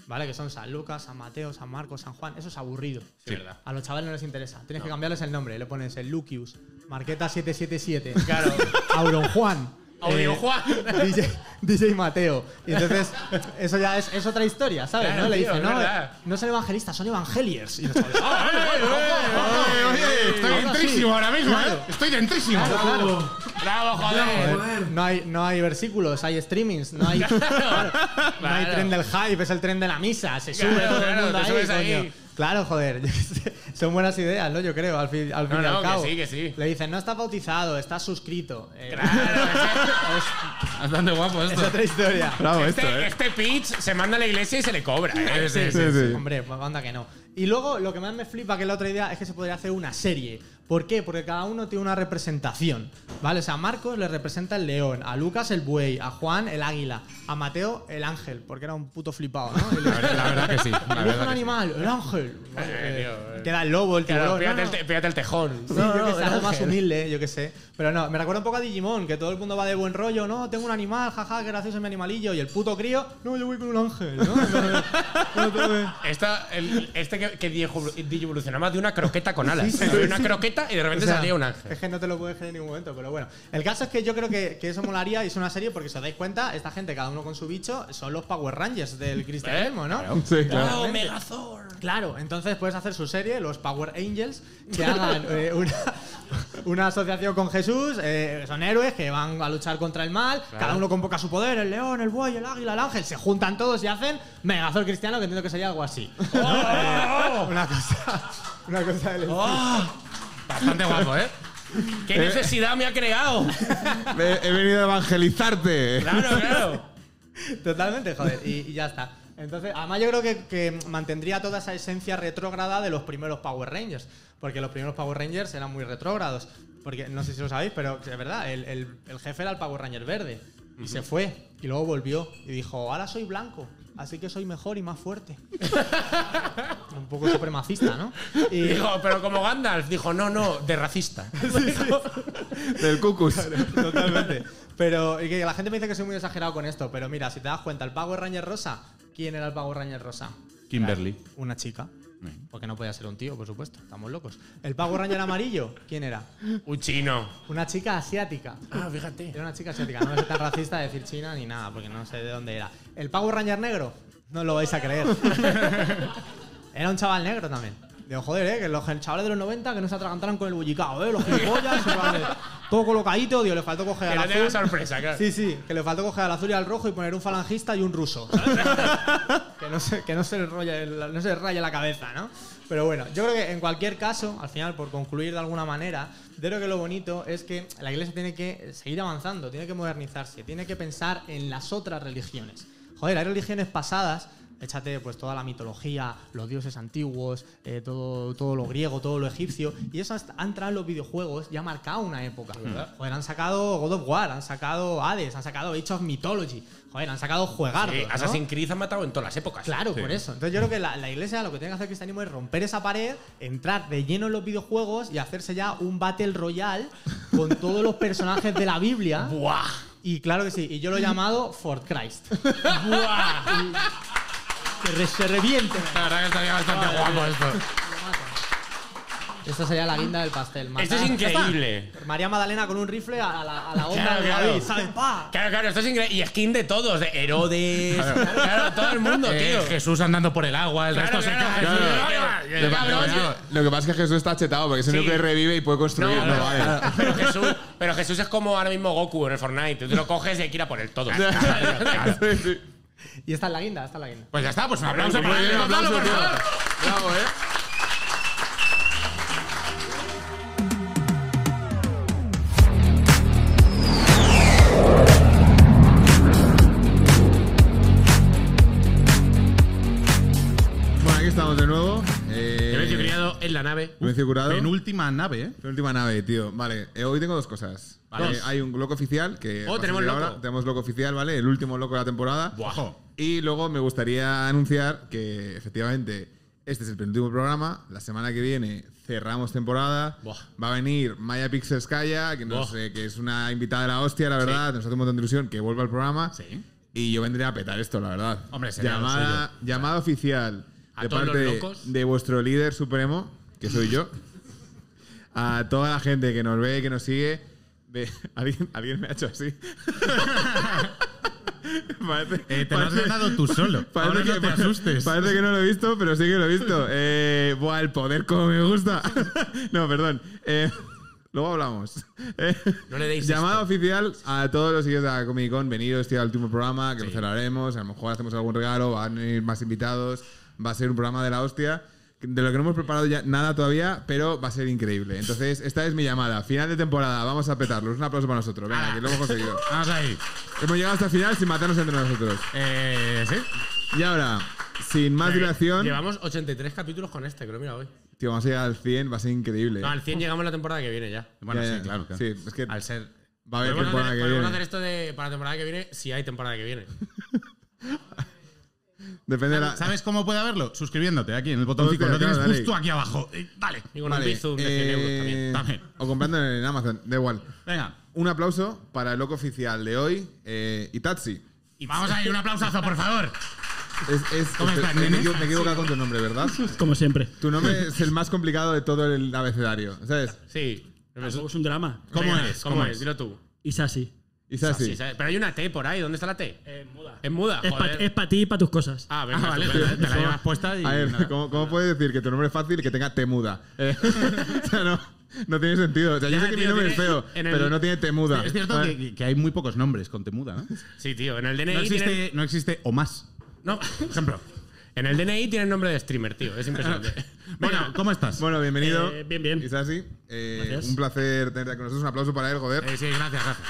¿Vale? Que son San Lucas, San Mateo, San Marcos, San Juan. Eso es aburrido.
Sí, verdad.
A los chavales no les interesa. Tienes que cambiarles el nombre. Le pones el Lucius, Marqueta 777,
Claro.
Auron Juan.
Auron
eh,
Juan.
DJ, DJ Mateo. Y entonces, eso ya es, es otra historia, ¿sabes?
Claro,
¿no? Le
tío,
dice,
es
no,
verdad. eh,
no son evangelistas, son evangeliers. Y los chavales, "Ah,
Oye, oye, ¿eh? Estoy dentrísimo ahora mismo, ¿eh? Estoy dentrísimo.
claro, claro".
¡Bravo, joder!
Joder.
Eh, No hay, no hay versículos, hay streamings, no hay, claro, no hay
Claro.
tren del hype, es el tren de la misa, se sube
Claro,
todo el
claro,
mundo
te
ahí,
subes ahí.
coño. Claro, joder, yo qué sé. son buenas ideas, ¿no? Yo creo, al fin, al fin
No,
y al
no, que
cabo.
sí, que sí.
Le dicen, no estás bautizado, estás suscrito. Eh,
Bastante guapo
es
esto.
otra historia.
Bravo esto,
Este,
¿eh?
este pitch se manda a la iglesia y se le cobra. ¿eh?
Sí,
Sí, sí.
sí.
Hombre, pues anda que no. Y luego, lo que más me flipa que la otra idea es que se podría hacer una serie. ¿Por qué? Porque cada uno tiene una representación. ¿Vale? O sea, a Marcos le representa el león, a Lucas el buey, a Juan el águila, a Mateo el ángel, porque era un puto flipado, ¿no? Y le-
La verdad que sí. la
El
verdad
un
que sí.
animal, el ángel.
Eh, tío, eh.
Queda el lobo, el
Claro,
tiburón.
pírate,
no,
El
no.
te- pírate el tejón.
Sí,
No,
yo que
no,
sé,
el
algo más
ángel.
humilde, yo que sé. Pero no, me recuerda un poco a Digimon, que todo el mundo va de buen rollo, ¿no? Tengo un animal, jaja, qué gracioso es mi animalillo. Y el puto crío, no, yo voy con un ángel, ¿no? No, no, no.
Esta- el- este que, que digivolu- digievolucionaba de una croqueta con alas. De una croqueta y de repente
O sea,
salía un ángel.
Es que no te lo puedes creer en ningún momento, pero bueno. El caso es que yo creo que, que eso molaría y es una serie porque, si os dais cuenta, esta gente, cada uno con su bicho, son los Power Rangers
¿Eh?
del cristianismo, ¿no?
Sí, claro.
¡Oh, Megazord!
Claro, entonces puedes hacer su serie, los Power Angels, que hagan eh, una, una asociación con Jesús, eh, son héroes que van a luchar contra el mal, cada uno convoca su poder, el león, el buey, el águila, el ángel, se juntan todos y hacen Megazord Cristiano, que entiendo que sería algo así. Eh, una cosa, una cosa del
Ah, Bastante guapo, ¿eh? ¡Qué necesidad me ha creado!
He he venido a evangelizarte.
Claro, claro.
Totalmente, joder, y, y ya está. Entonces, además yo creo que, que mantendría toda esa esencia retrógrada de los primeros Power Rangers, porque los primeros Power Rangers eran muy retrógrados, porque no sé si lo sabéis, pero es verdad, el, el- el jefe era el Power Ranger verde, y se fue, y luego volvió, y dijo, ahora soy blanco, así que soy mejor y más fuerte. Un poco supremacista, ¿no? Y,
Dijo, pero como Gandalf dijo, no, no, de racista.
Del cucus.
Totalmente. Pero y que la gente me dice que soy muy exagerado con esto, pero mira, si te das cuenta, el Power Ranger rosa, ¿quién era el Power Ranger rosa?
Kimberly.
Una chica. Porque no podía ser un tío, por supuesto. Estamos locos. El Power Ranger amarillo, ¿quién era?
Un chino.
Una chica asiática.
Ah, fíjate.
Era una chica asiática. No es tan racista decir china ni nada, porque no sé de dónde era. El Power Ranger negro, no lo vais a creer. Era un chaval negro también. Digo, joder, eh, que los chavales de los 90 que no se atragantaron con el bullicao, eh, los gilipollas, chavales. todo colocadito, digo, le faltó coger
Que
al
no tenga
azul.
sorpresa, claro.
Sí, sí, que le faltó coger al azul y al rojo y poner un falangista y un ruso. que no se, que no se, le rolle la- no se le raye la cabeza, ¿no? Pero bueno, yo creo que en cualquier caso, al final, por concluir de alguna manera, yo creo que lo bonito es que la iglesia tiene que seguir avanzando, tiene que modernizarse, tiene que pensar en las otras religiones. Joder, hay religiones pasadas. Échate pues toda la mitología, los dioses antiguos, eh, todo, todo lo griego, todo lo egipcio. Y eso hasta- han traído los videojuegos y ha marcado una época. Joder, han sacado God of War, han sacado Hades, han sacado Age of Mythology. Joder, han sacado juegardos.
Sí,
¿no?
Assassin's Creed ha matado en todas las épocas.
Claro, por eso. Entonces yo creo que la, la iglesia lo que tiene que hacer el cristianismo es romper esa pared, entrar de lleno en los videojuegos y hacerse ya un Battle Royale con todos los personajes de la Biblia.
¡Buah!
Y claro que sí, y yo lo he llamado For Christ.
¡Buah!
Que re- se reviente.
La verdad que estaría bastante guapo esto.
Esa sería la guinda del pastel.
Esto es
Matar-
increíble.
María Magdalena con un rifle a la, a la onda
Claro,
de
claro.
David, ¿sabes? ¡Pa!
Claro, claro, esto es increíble. Y skin de todos, de Herodes. Claro, todo el mundo,
Eh,
tío.
Jesús andando por el agua, el
Claro,
resto se
claro,
cae.
Jesús,
Claro.
claro.
Eh,
Cabrón,
claro.
Lo que pasa es que Jesús está chetado porque es el
Sí.
único que revive y puede construir.
No,
No,
no,
vale.
Pero Jesús, pero Jesús es como ahora mismo Goku en el Fortnite. Tú lo coges y hay que ir a por el todo. Claro.
Sí, sí.
Y está en la guinda, está en la guinda.
Pues ya está, pues un
Aplauso
aplauso
para
para
él,
él.
aplauso,
por
tío.
favor.
Bravo, ¿eh? Bueno, aquí estamos de nuevo. Eh,
Demetrio criado en la nave.
Demetrio curado.
Penúltima nave, ¿eh?
La última nave, tío. Vale, eh, hoy tengo dos cosas.
Vale.
Eh, hay un loco oficial
Oh,
que. a partir
tenemos
de
loco.
tenemos loco oficial, ¿vale? El último loco de la temporada.
Ojo.
Y luego me gustaría anunciar que efectivamente este es el penúltimo programa. La semana que viene cerramos temporada.
Buah.
Va a venir Maya Pixelskaya, que, nos,
Buah.
eh, que es una invitada de la hostia, la verdad. Nos hace un montón de ilusión que vuelva al programa.
Sí.
Y yo vendré a petar esto, la verdad.
Hombre, sería lo
llamada, llamada oficial
A
de
todos los
parte de-
locos.
de vuestro líder supremo, que soy yo. a toda la gente que nos ve, que nos sigue. Ve- alguien, alguien me ha hecho así. Parece-
Eh, te lo has
parece-
ganado tú solo.
Parece
Ahora
que,
no te asustes.
Parece que no lo he visto, pero sí que lo he visto. Eh, buah, el poder como me gusta. no, perdón. Eh, Luego hablamos. Eh,
No le deis
Llamada oficial a todos los siguientes de la Comic Con. Venidos, tío, al último programa, que lo celebraremos. A lo mejor hacemos algún regalo, van a ir más invitados. Va a ser un programa de la hostia. De lo que no hemos preparado ya nada todavía, pero va a ser increíble. Entonces, esta es mi llamada. Final de temporada, vamos a petarlos. Un aplauso para nosotros.
Ah.
Venga, que lo hemos conseguido.
Vamos ahí.
Hemos llegado hasta el final sin matarnos entre nosotros.
Eh, sí.
Y ahora, sin
Eh,
más dilación,
Llevamos 83 capítulos con este, que lo mira hoy.
tío, vamos a llegar al 100, va a ser increíble.
No, al 100 llegamos la temporada que viene ya.
Bueno,
Ya,
sí,
ya.
claro. claro.
Sí, es que
Al ser.
va a haber
Podemos
temporada
hacer,
que
podemos
viene.
hacer esto de, para la temporada que viene si hay temporada que viene.
Depende de la.
¿Sabes cómo puede haberlo? Suscribiéndote aquí en el botoncito.
Hostia,
Lo tienes
claro, dale.
justo aquí abajo. Eh, Dale.
Y con un bizum de 100 euros también.
eh,
también.
O comprando en Amazon, da igual.
Venga.
Un aplauso para el loco oficial de hoy, eh, Itachi.
Y vamos ahí, un aplausazo, por favor.
Es, es,
¿Cómo
es-
estás,
me,
nene?
equivo- me he equivocado con tu nombre, ¿verdad?
Como siempre.
Tu nombre es el más complicado de todo el abecedario, ¿sabes?
Sí.
Tampoco es un drama.
¿Cómo
Venga,
es?
¿Cómo,
¿Cómo
es?
es?
Dilo tú.
Isasi.
Itachi.
Sí, ¿sabes? Pero hay una T por ahí. ¿Dónde está la T?
muda.
Es muda.
Es para
Ah, joder.
ti y para tus cosas.
Ah, venga,
Ah, vale, te
estupendo.
la- te la llevas puesta y.
A ver,
nada.
¿cómo, cómo puedes decir que tu nombre es fácil y que tenga temuda? Eh, o sea, no, no tiene sentido. O sea, yo
Ya,
sé que mi
tío,
nombre es
tiene-
feo,
en el-
pero no tiene temuda.
Es cierto
¿Vale?
que, que hay muy pocos nombres con Temuda, ¿no?
Sí, tío. En el DNI
No
tienen-
existe, no existe o más.
No, por ejemplo. En el DNI tienen nombre de streamer, tío. Es impresionante.
Bueno, ¿cómo estás?
Bueno, bienvenido.
Eh, bien, bien.
Isasi, eh,
Gracias.
un placer tenerte con nosotros. Un aplauso para él, joder.
Eh, sí, gracias, gracias.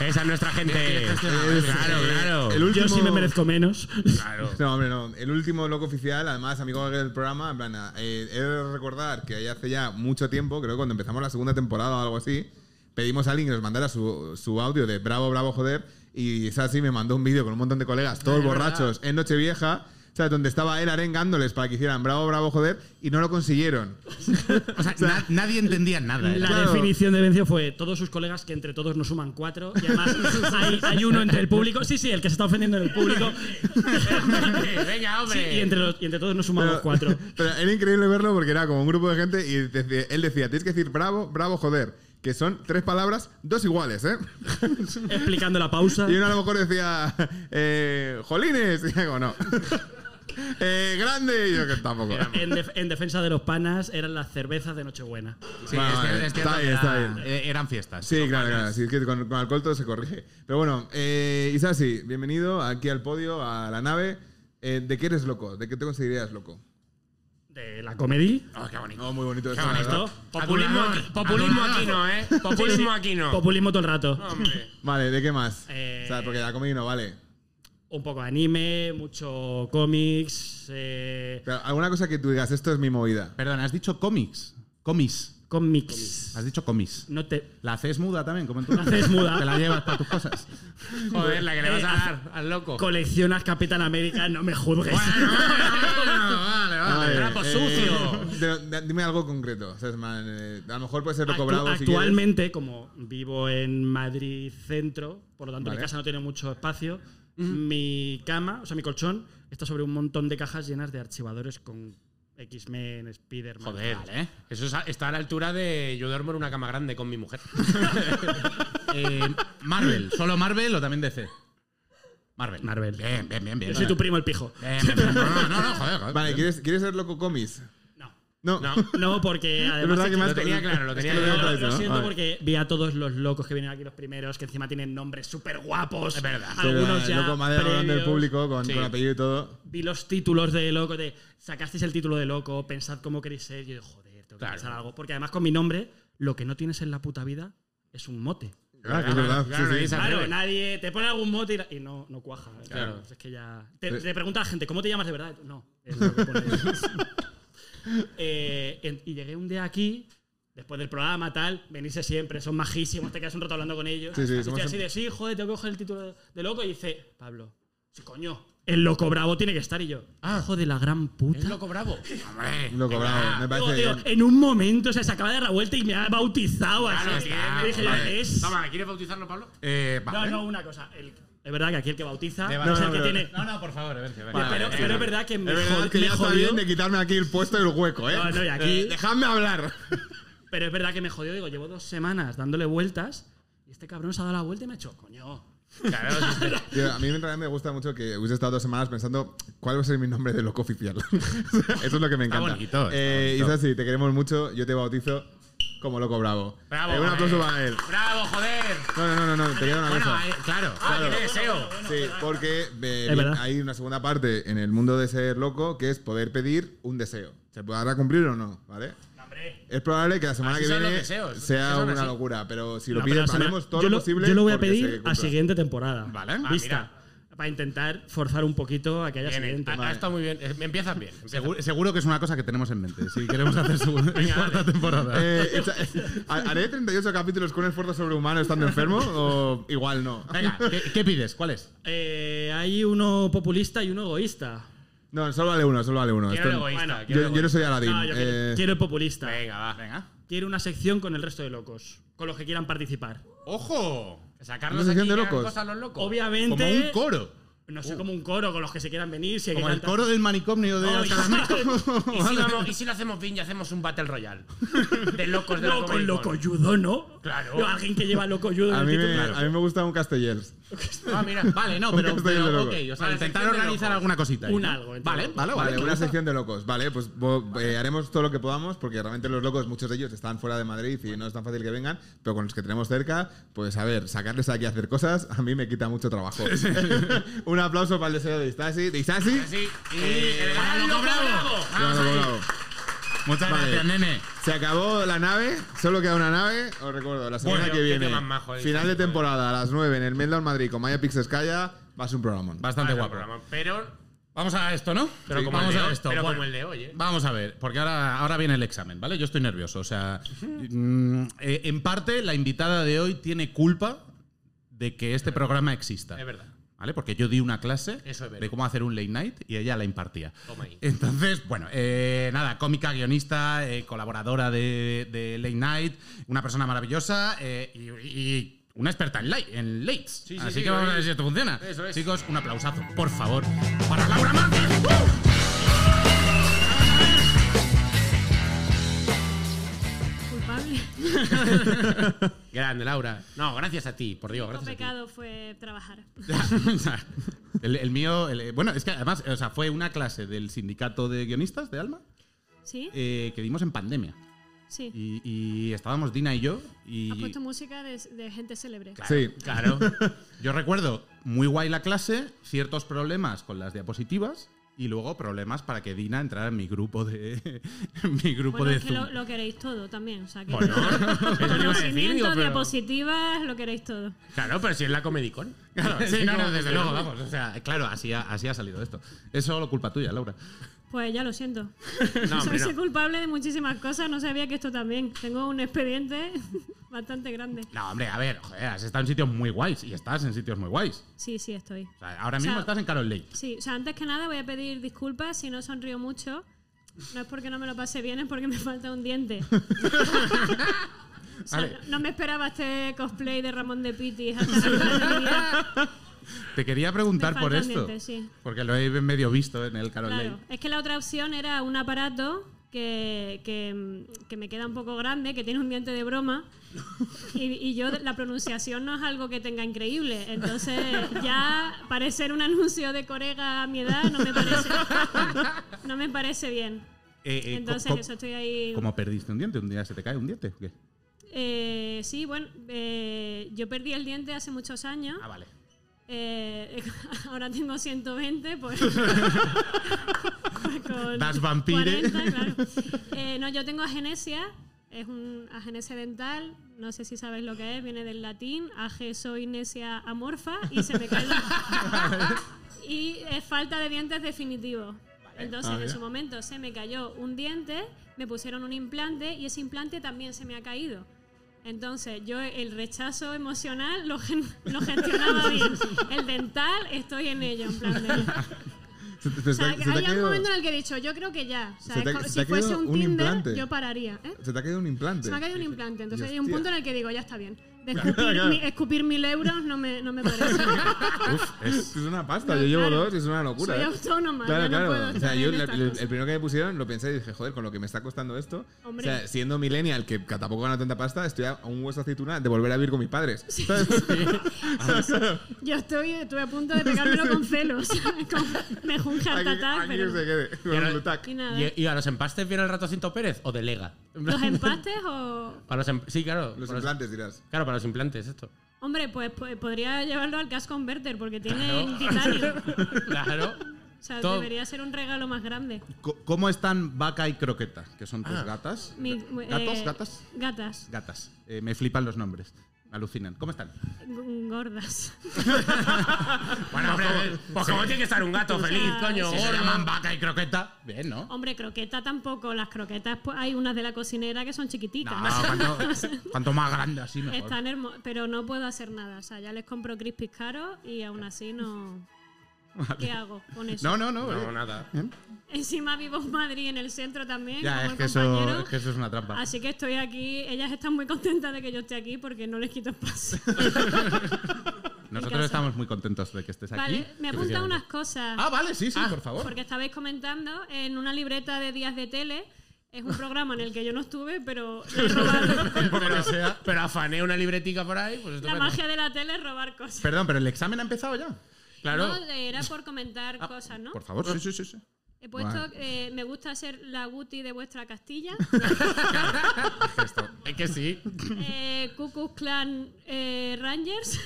Esa es nuestra gente.
Es,
Claro,
eh,
claro.
El último,
Yo sí me merezco menos.
Claro.
No, hombre, no. El último loco oficial, además, amigo del programa, en plan, eh, he de recordar que hace ya mucho tiempo, creo que cuando empezamos la segunda temporada o algo así, pedimos a alguien que nos mandara su, su audio de bravo, bravo, joder, y Sassi me mandó un vídeo con un montón de colegas, todos borrachos, en Nochevieja, ¿sabes? Donde estaba él arengándoles para que hicieran bravo, bravo, joder, y no lo consiguieron.
O sea, na- nadie entendía nada. ¿eh?
La
era-
Claro.
definición de Vencio fue todos sus colegas que entre todos nos suman cuatro y además hay, hay uno entre el público. Sí, sí, el que se está ofendiendo en el público.
Venga,
Sí,
hombre.
y, entre los- y entre todos nos sumamos cuatro.
pero era increíble verlo porque era como un grupo de gente y decía- él decía, tienes que decir bravo, bravo, joder, que son tres palabras, dos iguales, ¿eh?
Explicando la pausa.
Y uno a lo mejor decía, eh, Jolines, y yo no. Eh, grande, y yo que tampoco.
En, def- en defensa de los panas eran las cervezas de Nochebuena.
Sí,
Vale,
es
vale,
que- es que
eh, está bien,
era-
está bien.
eh, Eran fiestas.
Sí, claro, claro. Sí, es que con, con alcohol todo se corrige. Pero bueno, eh, Isasi, bienvenido aquí al podio, a la nave. Eh, ¿De qué eres loco? ¿De qué te considerarías loco?
De la comedia.
Oh, qué bonito.
No, muy bonito esto, la
Esto,
verdad.
Populismo,
Adulador,
aquí, populismo
adulador.
aquí no, ¿eh?
sí, sí,
Populismo aquí no.
Populismo todo el rato.
Hombre.
Vale, ¿de qué más?
Eh,
O sea, porque la comida no vale.
Un poco de anime, mucho cómics, eh,
Pero alguna cosa que tú digas, esto es mi movida.
Perdón, has dicho cómics. Comis.
cómics.
Has dicho comis.
No te.
La C es muda también, como en tu
La C es muda.
Te la llevas para tus cosas.
Joder, la que le vas
Eh,
a
ah,
dar al loco.
Coleccionas Capitán América, no me juzgues.
vale,
Vale,
Ah, Trapo
eh,
sucio.
de- de- dime algo concreto. O sea, es más, eh, a lo mejor puede ser loco
Actu-
bravo. si quieres.
actualmente, como vivo en Madrid centro, por lo tanto
Vale.
mi casa no tiene mucho espacio, mi cama, o sea, mi colchón, está sobre un montón de cajas llenas de archivadores con X-Men, Spider-Man.
Joder,
Vale.
¿eh? Eso es a- está a la altura de yo duermo en una cama grande con mi mujer.
Eh, Marvel. ¿Solo Marvel o también DC? Marvel.
Marvel.
Bien, bien, bien. bien
¿eh? Yo soy tu primo el pijo.
Eh.
Bien, bien, bien. No, no, no, joder, joder.
Vale, ¿quieres, ¿quieres ser loco comis?
No.
No.
No.
No, porque además.
verdad
es
que me
Lo tenía claro, lo tenía
Es que
Yo
lo
claro.
veo Otra
lo,
vez,
lo
¿no?
siento
Vale.
porque vi a todos los locos que vienen aquí los primeros, que encima tienen nombres súper guapos. Es verdad.
Sí,
Algunos
va,
ya.
Loco madera hablando del
previos.
público con,
Sí.
con apellido y todo. Ah,
Vi los títulos de loco, de sacasteis el título de loco, pensad cómo queréis ser. Yo digo, joder, tengo que
Claro.
pensar algo. Porque además con mi nombre, lo que no tienes en la puta vida es un mote.
Ah, que es verdad.
claro,
Sí, sí.
ahí se
Claro,
atreve.
nadie te pone algún mote y la- y, no, no cuaja. pues
Claro.
Es que ya. Te, te pregunta la gente, ¿cómo te llamas de verdad? Y tú, No. es lo que pone. Eh, en- y llegué un día aquí, después del programa, tal, venirse siempre, son majísimos, te quedas un rato hablando con ellos.
Sí, sí,
Y
somos
estoy así de, sí, joder, tengo que coger el título de, de loco. Y dice, Pablo, sí, coño, el loco bravo tiene que estar. Y yo, ah, hijo de la gran puta.
Es loco bravo. Hombre.
Loco bravo. Me
Digo, eh,
parece
tío,
bien.
en un momento, o sea, se acaba de dar la vuelta y me ha bautizado
Claro,
así.
sí,
Me dije, yo,
vale.
es.
Toma, ¿quieres bautizarlo, Pablo?
Eh,
No,
vale.
no, una cosa. el- es verdad que aquí el que bautiza
De-
no es
no,
el que
no,
tiene.
No, no, por favor, Evencio. venga.
Vale,
pero,
vale,
pero
sí.
es verdad que me,
Es verdad
jod-
que
me
ya está
jodió.
bien de quitarme aquí el puesto y el hueco, ¿eh?
No, no, y aquí-
Eh, dejadme hablar.
Pero es verdad que me jodió. Digo, llevo dos semanas dándole vueltas y este cabrón se ha dado la vuelta y me ha hecho, coño.
Claro, sí, sí.
Tío, a mí en realidad me gusta mucho que hubiese estado dos semanas pensando cuál va a ser mi nombre de loco oficial. Eso es lo que me encanta.
bonito, está
Eh,
bonito.
Isasi, te queremos mucho. Yo te bautizo como loco bravo.
Bravo,
Eh, un
joder.
aplauso para él.
¡Bravo, joder!
No, no, no, no, no, te quiero una
Bueno,
cosa.
eh,
ahí- claro.
¡Ah, qué deseo!
Sí, porque eh,
Es verdad.
hay una segunda parte en el mundo de ser loco que es poder pedir un deseo. ¿Se podrá cumplir o no? ¿Vale? Es probable que la semana
Así
que
Ah, son
viene
los deseos,
sea
así son,
una
así.
locura, pero si lo
No, pero
pides,
se me-
haremos todo
yo
lo posible.
Yo lo voy a
porque se
pedir
cumpla.
a siguiente temporada.
Vale.
Ah,
Vista. Para intentar forzar un poquito a que haya
Bien, eh.
siguiente.
Ha- ha, estado muy bien. Eh, Empiezas bien. empiezas
Seguro, seguro que es una cosa que tenemos en mente. Si queremos hacer su cuarta temporada.
Eh, echa- ¿Haré 38 capítulos con un esfuerzo sobrehumano estando enfermo? ¿O igual no?
Venga, ¿qué, qué pides? ¿Cuál es?
Eh, hay uno populista y uno egoísta.
No, solo vale uno, solo vale uno.
Quiero
Esto-
el egoísta.
bueno,
quiero el
yo, yo no soy Aladín.
No, yo
Eh,
quiero, quiero el populista.
egoísta. Venga, va.
Quiero una sección con el resto de locos, con los que quieran participar.
¡Ojo!
Sacarnos
¿Una
aquí
sección de
que hagan
locos?
cosas los locos.
Obviamente,
Como un coro.
no sé, como un coro con los que se quieran venir. Si hay
Como
que
el
cantar-
coro del manicomio de
Oh, y-
Alcalá.
¿Y, si vamos- y si lo hacemos bien y hacemos un Battle Royale? De locos de la
No, con
Comic Con.
locoyudo, ¿no?
Claro.
No, alguien que lleva locoyudo en
a,
el
mí
título.
me, a mí me gusta un Castellers.
Ah, mira.
Vale, no,
Un
pero,
castillo
pero,
de loco.
ok, o sea,
Vale,
intentar
sección de
organizar
locos.
alguna cosita. ahí,
Un
¿no?
algo, entre
Vale,
locos.
vale,
Vale,
vale.
una sección de locos. Vale, pues bo- eh, haremos todo lo que podamos porque realmente los locos, muchos de ellos están fuera de Madrid y no es tan fácil que vengan, pero con los que tenemos cerca, pues a ver, sacarles aquí a hacer cosas a mí me quita mucho trabajo. Un aplauso para el deseo de Istasi. ¿De Istasi?
Sí, y el gran loco bravo.
Claro, bravo.
Muchas
Vale.
gracias, nene.
Se acabó la nave, solo queda una nave. Os recuerdo, la semana
Bueno,
que
qué
viene,
tío más majo, el
final de
Istasi, joder.
temporada, a las 9 en el Meltdown Madrid con Maya Pixescaya, va a ser un programa.
Bastante
Bueno,
guapo.
programa, Pero,
Vamos a esto, ¿no?
pero, como,
vamos
el de,
a
hoy-
esto.
pero
bueno.
como el de hoy, ¿eh?
Vamos a ver, porque ahora, ahora viene el examen, ¿vale? Yo estoy nervioso. O sea, mm, eh, en parte la invitada de hoy tiene culpa de que este programa exista.
Es verdad.
¿Vale? Porque yo di una clase
Eso es verdad.
de cómo hacer un late night y ella la impartía.
Toma ahí.
Entonces, bueno, eh, nada, cómica, guionista, eh, colaboradora de, de late night, una persona maravillosa eh, y, y una experta en, late, en lates.
sí,
Así
sí,
que vamos
lo
a ver
es.
si esto funciona.
Eso es.
Chicos, un aplausazo, por favor, para Laura Márquez. ¡Uh!
culpable.
Grande, Laura. No, gracias a ti, por Dios,
Mi
gracias a ti.
pecado fue trabajar.
el, el mío, el- eh, bueno, es que además, o sea, fue una clase del sindicato de guionistas de Alma
¿Sí?
eh, que dimos en pandemia.
Sí. Ah, pues
Y, y estábamos Dina y yo.
Has
Y
puesto música de, de gente célebre.
Sí.
claro, yo recuerdo muy guay la clase, ciertos problemas con las diapositivas y luego problemas para que Dina entrara en mi grupo de en mi grupo
Bueno,
de
es que
Zoom.
lo, lo queréis todo también. O sea, que
Bueno, eso te iba a decir, digo,
conocimientos,
pero...
diapositivas, lo queréis todo.
Claro, pero si es la Comedy Con.
Claro, sí, no, no, desde luego, vamos. O sea, claro, así ha, así ha salido esto. Es solo culpa tuya, Laura.
Pues ya lo siento.
No, hombre,
Soy
no.
culpable de muchísimas cosas. No sabía que esto también. Tengo un expediente bastante grande.
No, hombre, a ver, joder, has estado en sitios muy guays y estás en sitios muy guays.
Sí, sí, estoy.
O sea, ahora
O sea,
mismo estás en Carol Lake.
Sí, o sea, antes que nada voy a pedir disculpas si no sonrío mucho. No es porque no me lo pase bien, es porque me falta un diente. O sea,
Vale.
no, no me esperaba este cosplay de Ramón de Pitis hasta la mitad de mi vida.
Te quería preguntar
Me
por
faltan
esto.
dientes, sí.
Porque lo he medio visto en el Carol
Claro,
Lake.
es que la otra opción era un aparato que, que, mm, que me queda un poco grande, que tiene un diente de broma. Y, y yo, la pronunciación no es algo que tenga increíble. Entonces, ya parecer un anuncio de Corega a mi edad no me parece, no me parece bien.
Eh, eh,
Entonces,
co- co-
eso estoy ahí.
¿Cómo perdiste un diente? ¿Un día se te cae un diente? o qué?
Eh, sí, bueno, eh, yo perdí el diente hace muchos años.
Ah, vale.
Eh, ahora tengo 120, pues. con
Das vampire.
40, claro. Eh, no, yo tengo agenesia, es un agenesia dental. No sé si sabéis lo que es, viene del latín. Age soy nesia amorfa y se me cae la- Y es falta de dientes definitivo. Entonces,
Ah,
en su momento se me cayó un diente, me pusieron un implante y ese implante también se me ha caído. Entonces, yo el rechazo emocional lo, gen- lo gestionaba bien. El dental, estoy en ello, en plan de.
Se te- se
O sea,
te- se te ha
hay algún
quedado-
momento en el que he dicho, yo creo que ya. O sea,
Se te ha-
es como
se te
si
ha
fuese
quedado
un,
un
Tinder,
implante.
yo pararía. ¿eh?
se te ha caído un implante.
Se me ha caído un implante. Entonces hay un
Hostia.
punto en el que digo, ya está bien. de escupir,
claro.
mi- escupir mil euros no me, no me parece.
Es una pasta,
No,
yo llevo
claro.
dos y es una locura.
Soy
¿eh?
autónoma,
Claro,
yo no
claro.
puedo
o sea,
estar
yo
en
el,
estas
el-
cosas.
el primero que me pusieron lo pensé y dije, joder, con lo que me está costando esto.
Hombre.
O sea, siendo millennial, que ca- tampoco gana tanta pasta, estoy a un hueso de aceituna de volver a vivir con mis padres. ¿Sabes?
Yo estoy, estuve a punto de pegármelo con celos. Con- me junge al
Aquí-
tatac,
aquí
pero.
se quede. con
Pero-
el tac.
Y nada.
¿Y, y a los empastes viene el ratoncito Pérez o delega?
¿Los empastes o.?
Para los em- sí, claro.
Los
para los-
implantes dirás.
claro, para los implantes, esto.
Hombre, pues, pues podría llevarlo al gas converter porque tiene el titanio.
Claro.
O sea,
Todo.
debería ser un regalo más grande.
Co- ¿Cómo están Vaca y Croqueta, que son tus
Ah.
gatas?
Mi-
¿Gatos?
eh,
¿Gatas?
Gatas.
Gatas. Eh, me flipan los nombres. Alucinan. ¿Cómo están?
G- Gordas.
Bueno, hombre, pues como tiene que estar un gato feliz, coño.
Si se
gordo.
llaman Vaca y Croqueta, bien, ¿no?
Hombre, croqueta tampoco. Las croquetas, pues hay unas de la cocinera que son chiquititas.
No, cuanto, cuanto más grande así mejor.
Están hermosas. Pero no puedo hacer nada. O sea, ya les compro crispis caros y aún así no. ¿Qué hago con eso?
No, no, no. eh.
No, nada.
Encima vivo en Madrid, en el centro también.
Ya,
como
es
el
que, eso,
compañero.
es que eso es una trampa.
Así que estoy aquí. Ellas están muy contentas de que yo esté aquí porque no les quito espacio.
Nosotros
casa.
estamos muy contentos de que estés aquí.
Vale, me apunta unas cosas.
Ah, vale, sí, sí, por favor.
Porque estabais comentando en una libreta de días de tele. Es un programa en el que yo no estuve, pero he robado.
Pero, pero afané una libretica por ahí, pues
la
estupendo.
magia de la tele es robar cosas.
Perdón, pero el examen ha empezado ya.
Claro.
No, era por comentar cosas, ¿no?
Ah, Por favor, sí, sí, sí. sí.
He puesto, eh, me gusta ser la Guti de vuestra Castilla.
Es que sí.
eh, Ku Klux Klan eh, Rangers.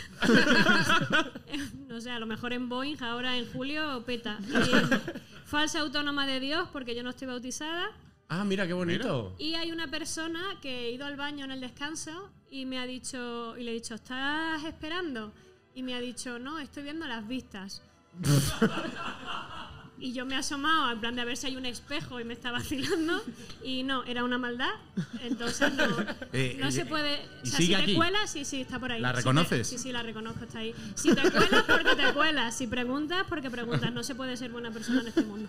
Eh, no sé, a lo mejor en Boeing ahora en julio peta. Y, falsa autónoma de Dios porque yo no estoy bautizada.
Ah, mira, qué bonito.
Y hay una persona que he ido al baño en el descanso y me ha dicho, y le he dicho, ¿estás esperando? Y me ha dicho, no, estoy viendo las vistas. y yo me he asomado en plan de a ver si hay un espejo y me está vacilando. Y no, era una maldad. Entonces no,
Eh,
no
eh,
se puede.
eh,
O
¿y
sea,
sigue
si te
aquí?
cuelas, sí, sí, está por ahí.
¿La
Si te-
reconoces?
sí, sí, la reconozco, está ahí. Si te cuelas, porque te cuelas. Si preguntas, porque preguntas. No se puede ser buena persona en este mundo.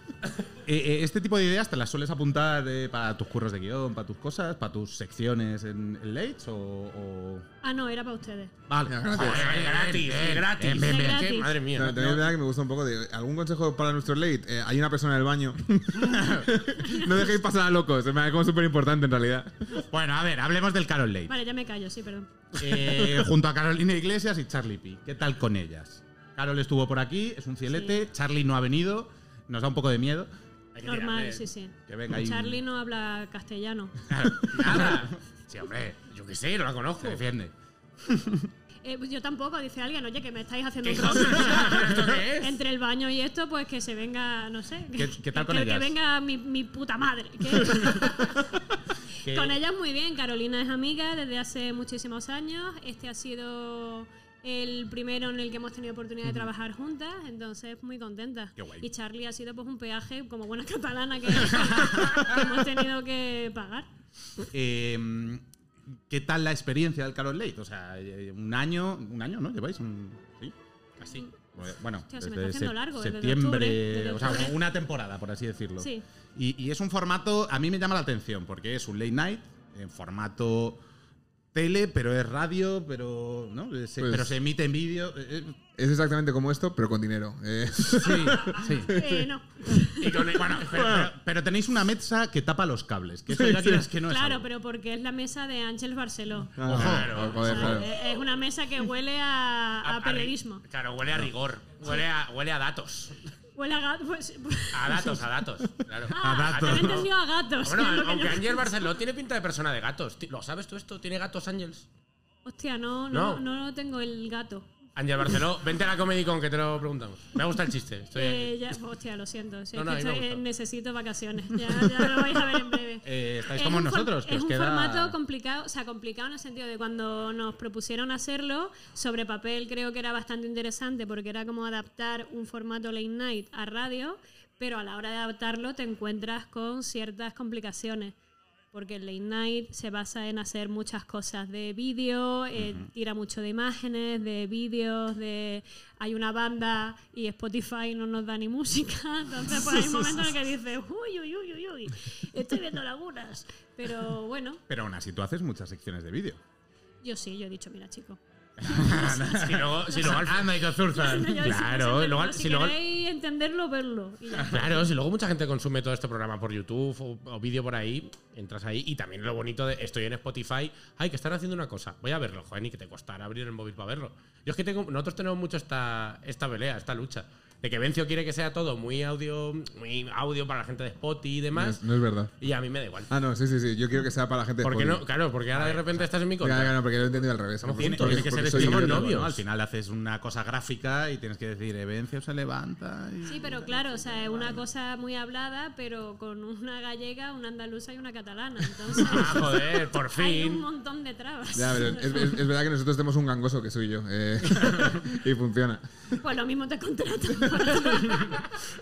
Eh, eh, este tipo de ideas te las sueles apuntar eh, para tus curros de guión, para tus cosas, para tus secciones en, en Leitch o, o-
Ah, no, era para ustedes.
Vale,
Joder, gratis, eh, gratis.
bien, bien.
Es que, Madre mía.
No, también es verdad que me gusta un poco de. ¿Algún consejo para nuestro late? Eh, hay una persona en el baño. no dejéis pasar a locos. Se me hace como súper importante en realidad.
Bueno, a ver, hablemos del Carol Late.
Vale, ya me callo, sí, perdón.
Eh, junto a Carolina Iglesias y Charlie P. ¿Qué tal con ellas? Carol estuvo por aquí, es un cielete. Charlie no ha venido, nos da un poco de miedo.
Normal, sí, sí.
Que venga ahí.
Charlie no habla castellano.
Nada. Sí, hombre. Yo qué sé, no la conozco.
Se defiende.
Eh, pues yo tampoco, dice alguien, oye, que me estáis haciendo
¿Qué
un
cosa?
problema.
¿Esto qué es?
Entre el baño y esto, pues que se venga, no sé.
Pues, ¿Qué- qué tal
que-
con
que,
ellas?
Que venga mi, mi puta madre. ¿Qué? con ellas muy bien. Carolina es amiga desde hace muchísimos años. Este ha sido el primero en el que hemos tenido oportunidad de trabajar juntas, entonces muy contenta. Y Charlie ha sido pues un peaje como buena catalana que, que hemos tenido que pagar.
Eh, ¿Qué tal la experiencia del Carol Late? O sea, eh, un año, un año, ¿no? ¿Lleváis? Un, ¿Sí?
Así.
Bueno,
Hostia, se me
desde
está haciendo
sep-
largo, eh, desde
septiembre,
octubre, desde
o sea,
octubre.
una temporada, por así decirlo.
Sí.
Y, y es un formato, a mí me llama la atención, porque es un late night, en formato tele, pero es radio, pero, ¿no? Se-
Pues-
pero se emite en vídeo. eh, eh,
Es exactamente como esto, pero con dinero. Eh,
sí, sí.
Eh, no.
Y con el- bueno,
Pero, pero- pero tenéis una mesa que tapa los cables, que eso ya quieras que no es
Claro,
algo.
pero porque es la mesa de Ángel Barceló.
claro,
Claro.
joder,
O sea,
claro.
es- Es una mesa que huele a, a
ri-
periodismo.
Claro, huele a rigor. Huele a, huele a datos.
Huele a pues, gatos.
A datos, a datos. Claro.
ah,
¿no?
he entendido a gatos.
Bueno,
que es lo que
aunque
yo-
Ángel Barceló tiene pinta de persona de gatos. Ti- ¿Lo sabes tú esto? ¿Tiene gatos Ángels?
Hostia, no, no,
No.
no, tengo el gato.
Ángel Barceló, vente a la Comedy Con que te lo preguntamos. Me gusta el chiste. Estoy
Eh,
aquí.
ya- hostia, lo siento. sí,
No,
es
no, a mí me
que estoy-
gusta.
eh, necesito vacaciones. Ya, ya lo vais a ver en breve.
Eh, estáis
Es
como
un for-
nosotros, que
es
os
un
queda...
formato complicado, o sea, complicado en el sentido de cuando nos propusieron hacerlo, sobre papel creo que era bastante interesante porque era como adaptar un formato late night a radio, pero a la hora de adaptarlo te encuentras con ciertas complicaciones. Porque el late night se basa en hacer muchas cosas de vídeo, eh, tira mucho de imágenes, de vídeos, de hay una banda y Spotify no nos da ni música. Entonces pues, hay un momento en el que dices, uy, uy, uy, uy, uy, estoy viendo lagunas. Pero bueno,
Pero aún así tú haces muchas secciones de vídeo.
Yo sí, yo he dicho, mira, chico.
si luego, si luego al final-
No, yo sí,
Claro, luego
sí, pero
al-
Ah, si
si luego al-
queréis entenderlo, verlo. Y ya.
Claro, si luego mucha gente consume todo este programa por YouTube o, o vídeo por ahí, entras ahí y también lo bonito de estoy en Spotify, ay, que están haciendo una cosa, voy a verlo, joder, ni que te costara abrir el móvil para verlo. Yo es que tengo, nosotros tenemos mucho esta, esta pelea, esta lucha, de que Vencio quiere que sea todo muy audio, muy audio para la gente de Spotify y demás,
No es verdad.
y a mí me da igual.
Ah, no, sí, sí, sí. Yo quiero que sea para la gente de
Porque no,
Spotify.
claro, porque ahora de repente estás en mi
Ya, ya,
contra.
no, porque lo he entendido al revés.
Somos
Porque-
juntos,
porque-
tiene que ser este
porque
estilo
soy
novios.
negro.
Al final haces una cosa gráfica y tienes que decir, "Eh, Evencio se levanta. y-
Sí, pero claro, o sea, es una cosa muy hablada, pero con una gallega, una andaluza y una catalana. Entonces,
Ah, joder, por
hay un
fin.
montón de trabas.
Ya, pero es, es- es verdad que nosotros tenemos un gangoso que soy yo. eh, y funciona.
Pues lo mismo te contrato.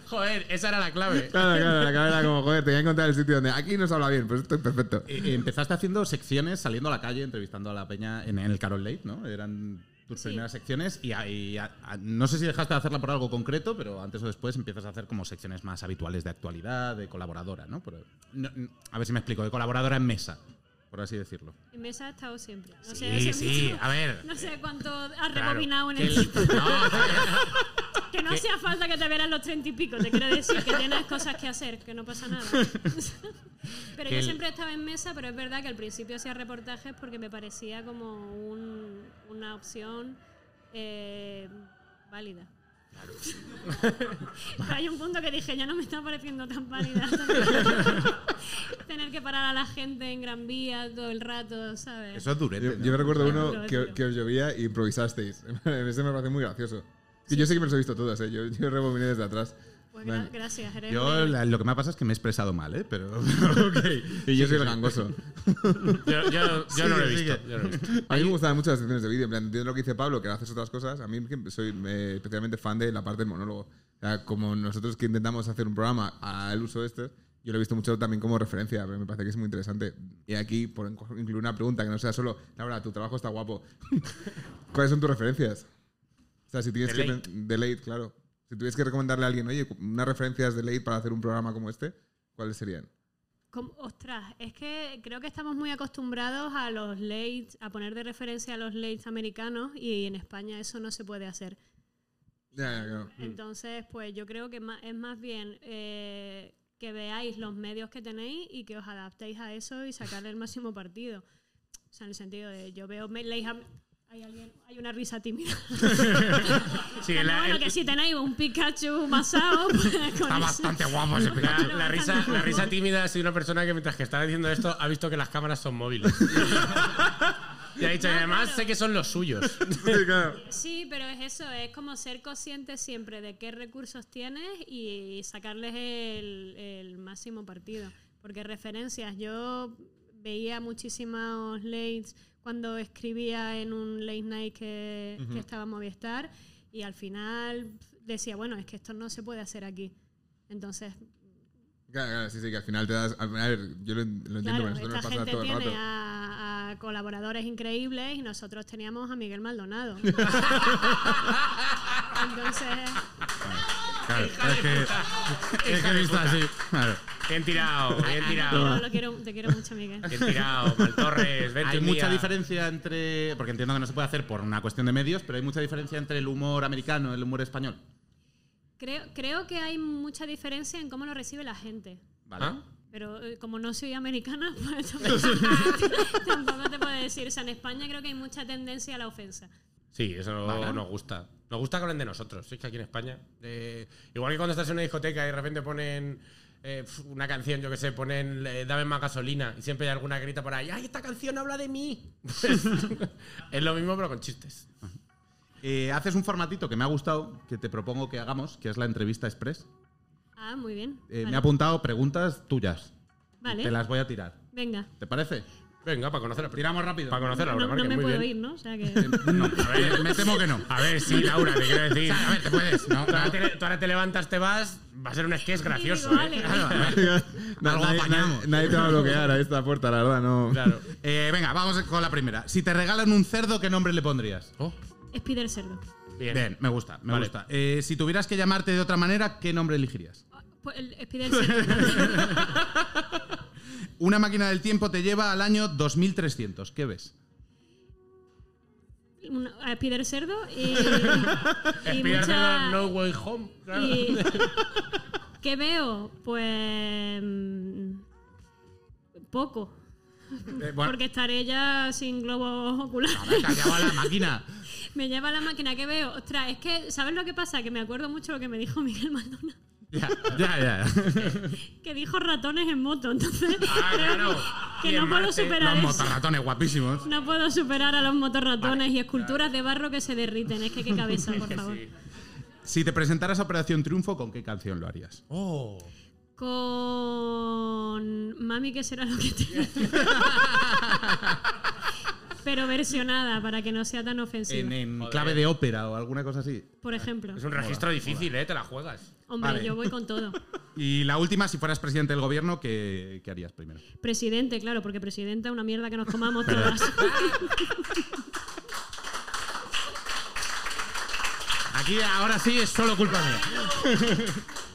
Joder, esa era la clave.
Claro, claro, la cabeza como, joder, te voy a encontrar el sitio donde aquí nos habla bien, pues esto es perfecto.
Eh, Empezaste haciendo secciones saliendo a la calle, entrevistando a la peña en, en el Carol Late, ¿no? Eran tus
Sí.
primeras secciones y, ahí- a- a- no sé si dejaste de hacerla por algo concreto, pero antes o después empiezas a hacer como secciones más habituales de actualidad, de colaboradora, ¿no? Pero, no- no- a ver si me explico, de colaboradora en mesa, por así decirlo.
En mesa ha estado siempre. No sé,
Sí,
ese
sí,
bicho-
a ver.
No sé cuánto has
claro.
rebobinado en
Que
el
el-
tiempo.
No,
Que no hacía falta que te vieran los treinta y pico, te quiero decir que tienes cosas que hacer, que no pasa nada.
Que
Pero yo
el-
siempre estaba en mesa, pero es verdad que al principio hacía reportajes porque me parecía como un- una opción eh, válida. Pero hay un punto que dije, ya no me está pareciendo tan válida. Tener que parar a la gente en Gran Vía todo el rato, ¿sabes?
Eso es durete.
Yo,
¿no?
yo me recuerdo
Claro,
uno
claro,
que,
claro.
que os llovía y improvisasteis. Ese me parece muy gracioso. Y yo sí que me los he visto todos, ¿eh? yo, yo rebobiné desde atrás.
Pues
Man,
gra- gracias, eres
Yo
un héroe.
la- lo que me ha pasado es que me he expresado mal, ¿eh? Pero...
Y yo soy el gangoso.
yo, yo- yo no lo he
Sigue,
visto.
sigue.
yo no lo he visto.
A mí me gustaban mucho las secciones de vídeo. En plan, entiendo lo que dice Pablo, que haces otras cosas. A mí que soy eh, especialmente fan de la parte del monólogo. O sea, como nosotros que intentamos hacer un programa al uso de este, yo lo he visto mucho también como referencia, pero me parece que es muy interesante. Y aquí, por enco- incluir una pregunta que no sea solo, Laura, tu trabajo está guapo. ¿Cuáles son tus referencias? O sea, si tienes
De
que. De late, claro. Si tuvieses que recomendarle a alguien, oye, unas referencias de late para hacer un programa como este, ¿cuáles serían?
Como- ostras, es que creo que estamos muy acostumbrados a los lates, a poner de referencia a los lates americanos y en España eso no se puede hacer.
Ya, ya, claro.
Mm.
Entonces, pues yo creo que ma- es más bien eh, que veáis los medios que tenéis y que os adaptéis a eso y sacarle el máximo partido. O sea, en el sentido de yo veo me- lates am- hay alguien, hay una risa tímida.
Sí,
Pero
la-
bueno,
el-
que si tenéis un Pikachu masado, pues, con
Está
eso-
bastante guapo ese
Claro,
pecado. La
bastante
risa, la
guapo.
risa tímida ha sido una persona que mientras que estaba diciendo esto ha visto que las cámaras son móviles. Y ha dicho, y
No,
además
claro.
sé que son los suyos.
Sí, pero es eso, es como ser consciente siempre de qué recursos tienes y sacarles el, el máximo partido. Porque referencias, yo veía muchísimos lates cuando escribía en un late night que, que estaba en Movistar y al final decía, bueno, es que esto no se puede hacer aquí. Entonces,
Claro, claro, sí, sí, que al final te das. A ver, yo lo, en- lo entiendo, pero
claro,
esto
esta
nos pasa
gente
todo el rato.
tiene a, a colaboradores increíbles y nosotros teníamos a Miguel Maldonado. Entonces...
Claro, es que, es que he visto así. Claro.
Bien tirado, bien
Pero
tirado.
lo quiero, te quiero mucho, Miguel.
Bien tirado, Maltorres, vente
Hay
un
mucha
día.
diferencia entre. Porque entiendo que no se puede hacer por una cuestión de medios, pero hay mucha diferencia entre el humor americano y el humor español.
Creo, creo que hay mucha diferencia en cómo lo recibe la gente.
¿Vale?
¿Ah?
Pero eh, como no soy americana, pues tampoco, tampoco te puedo decir. O sea, en España creo que hay mucha tendencia a la ofensa.
Sí, eso nos gusta. Nos gusta que hablen de nosotros. Sí, que aquí en España. eh, igual que cuando estás en una discoteca y de repente ponen eh, pf, una canción, yo que sé, ponen eh, Dame más gasolina y siempre hay alguna grita por ahí. ¡Ay, esta canción habla de mí! Pues, es lo mismo, pero con chistes.
Eh, haces un formatito que me ha gustado, que te propongo que hagamos, que es la entrevista express.
Ah, muy bien.
Eh, Me
vale.
ha apuntado preguntas tuyas.
Vale.
Te las voy a tirar.
Venga.
¿Te parece?
Venga, para conocer a
Tiramos rápido.
Para conocer a Laura
No, no
Márquez,
me
muy
puedo
bien.
ir, ¿no? O sea que.
No, a ver, me temo que no.
A ver, sí, Laura, te quiero decir.
A ver, te puedes. No,
Tú ahora
no.
te, tú ahora te levantas, te vas, va a ser un sketch gracioso.
digo,
¿eh?
vale.
Claro,
Na-
Algo
nadie,
apañamos.
nadie- nadie te va a bloquear a esta puerta, la verdad, no.
claro.
Eh, venga, vamos con la primera. Si te regalan un cerdo, ¿qué nombre le pondrías?
Oh,
Spider cerdo.
bien.
Bien, me gusta, me
Vale.
gusta. Eh, si tuvieras que llamarte de otra manera, ¿qué nombre elegirías?
Pues el Spider cerdo.
Una máquina del tiempo te lleva al año 2300. ¿Qué ves?
una- a Spider Cerdo y, y
Spider-Man
mucha-
No Way Home. claro.
y- ¿Qué veo? Pues mm, poco.
Eh,
Porque estaré ya sin globos oculares.
Te ha llegado a la máquina.
me lleva la máquina que veo. Ostras, es que, ¿sabes lo que pasa? Que me acuerdo mucho lo que me dijo Miguel Maldonado.
Ya, ya, ya.
Que dijo ratones en moto, entonces.
Ah,
creo
claro.
Que,
Y
que
en
no puedo
Marte,
Los
superar eso.
motorratones guapísimos.
No puedo superar a los motorratones y esculturas de barro que se derriten. Es que qué cabeza, por favor.
Si te presentaras a Operación Triunfo, ¿con qué canción lo harías? Oh.
Con Mami, que será lo que tiene. Pero versionada para que no sea tan
En,
ofensiva.
en clave de ópera o alguna cosa así.
Por ejemplo.
Es un registro difícil, ¿eh? Te la juegas.
Hombre,
Vale.
yo voy con todo.
Y la última, si fueras presidente del gobierno, ¿qué, qué harías primero?
Presidente, claro, porque presidenta es una mierda que nos comamos todas.
Aquí ahora sí es solo culpa mía.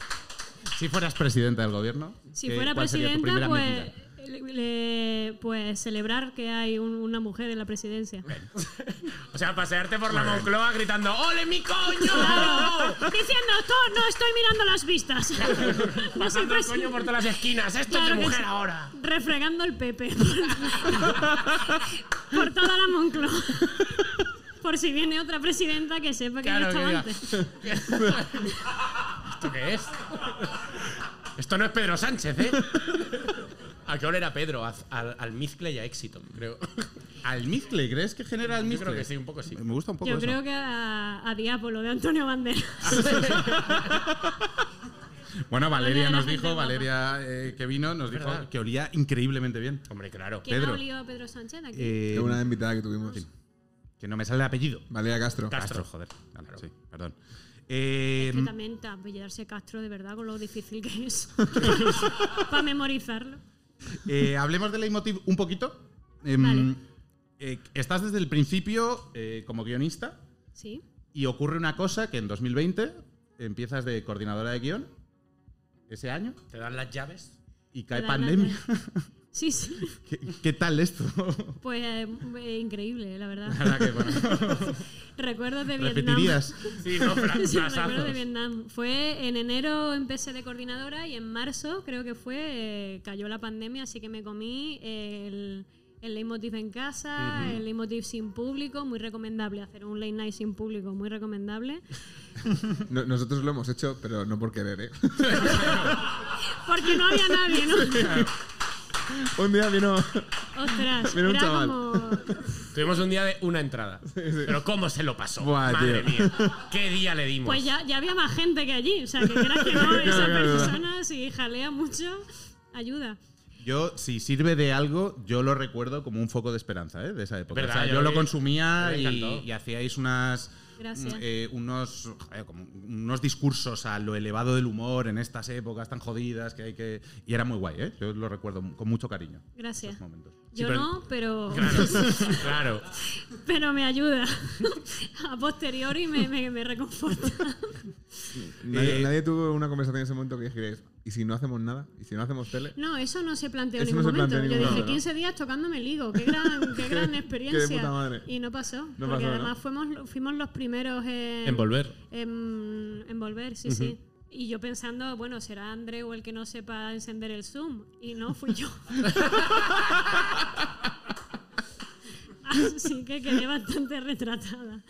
si fueras presidenta del gobierno.
Si
¿qué-
fuera
cuál Eh, sería tu primera
presidenta, pues,
medida?
le- le- pues celebrar que hay un- una mujer en la presidencia.
O sea, pasearte por la Moncloa gritando ¡Ole, mi coño!
Claro. Diciendo, "To- no estoy mirando las vistas. No soy
Pasando el
presi-
coño por todas las esquinas. Esto
Claro
es de
que
mujer
sí.
ahora.
Refregando el Pepe. por toda la Moncloa. Por si viene otra presidenta que sepa que
Claro,
yo estaba
que
antes.
¿Esto qué es? Esto no es Pedro Sánchez, ¿eh? ¿A qué olera Pedro? A- al, al mizcle y a éxito, creo.
¿Almizcle? ¿Crees que genera
Yo
almizcle?
creo que sí, un poco sí.
Me gusta un poco
Yo
eso.
creo que a, a Diápolo de Antonio Banderas.
Ah,
Bueno, Valeria
Hola,
nos
gente
dijo,
guapa.
Valeria eh, que vino, nos dijo que olía increíblemente bien.
Hombre, claro.
¿Quién
Pedro.
ha olido a Pedro Sánchez aquí?
Eh,
Es una invitada que tuvimos.
que no me sale el apellido.
Valeria Castro.
Castro, joder. Vale, sí, perdón. Eh,
que también te apellidarse Castro de verdad con lo difícil que es para memorizarlo.
Eh, hablemos de Leitmotiv un poquito. Em,
Vale.
eh, estás desde el principio eh, como guionista
Sí.
y ocurre una cosa que en 2020 empiezas de coordinadora de guión ese año
¿Te dan las llaves?
y cae
Te dan
pandemia.
Sí, sí.
¿Qué, qué tal esto?
Pues eh, increíble, la verdad.
La verdad que, bueno,
Recuerdos de Vietnam.
repetirías.
Sí, no, fla-
Sí, recuerdo de
flasazos.
Vietnam. Fue en enero empecé de coordinadora y en marzo creo que fue eh, cayó la pandemia, así que me comí eh, el, el leitmotiv en casa, el leitmotiv sin público, muy recomendable hacer un late night sin público, muy recomendable.
No- nosotros lo hemos hecho, pero no por querer, ¿eh?
Porque no había nadie, ¿no?
Un día vino.
Ostras,
Mira un
era
chaval.
como
Tuvimos un día de una entrada. Pero ¿cómo se lo pasó?
Buah,
Madre
tío.
mía. ¿Qué día le dimos?
Pues ya, ya había más gente que allí. O sea, que creas que no, esa persona, si jalea mucho, ayuda.
Yo, si sirve de algo, yo lo recuerdo como un foco de esperanza ¿eh? de esa época.
¿Verdad?
O sea,
Yo
yo,
lo
lo
vi.
consumía
Me
y,
encantó.
y hacíais unas.
Gracias.
mm, eh, unos, joder, como unos discursos a lo elevado del humor en estas épocas tan jodidas que hay que. Y era muy guay, ¿eh? Yo lo recuerdo con mucho cariño.
Pues
Gracias.
esos momentos.
Yo
pero-
no, pero,
Claro, claro.
pero me ayuda. A posteriori me, me, me reconforta.
Nadie, nadie tuvo una conversación en ese momento que dijerais, ¿y si no hacemos nada? ¿Y si no hacemos tele?
No, eso no se planteó en
Eso no
ningún
se
momento.
planteó en
Yo
ningún
dije
momento, ¿no?
15 días tocándome el higo. Qué gran, qué gran experiencia.
puta madre.
Y no pasó.
No
porque
pasó, ¿no?
además fuimos, lo- fuimos los primeros en,
En volver.
En, en volver, em, sí, sí. Y yo pensando, bueno, será Andreu el que no sepa encender el Zoom. Y no, fui yo. Así que quedé bastante retratada.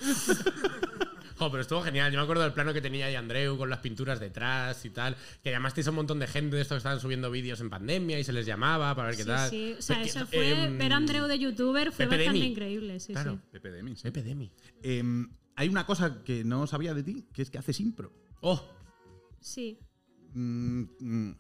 Jo, pero estuvo genial. Yo me acuerdo del plano que tenía ahí Andreu con las pinturas detrás y tal. Que llamasteis a un montón de gente de estos que estaban subiendo vídeos en pandemia y se les llamaba para ver qué
Sí,
tal.
sí. O sea,
Pe-
eso fue.
em,
ver a Andreu de youtuber fue
Pepe
bastante
Demi.
increíble, sí,
Claro.
sí.
Pepe de mí, sí.
Pepe Demi.
Em, hay una cosa que no sabía de ti, que es que haces impro.
Oh,
Sí.
Mm, mm.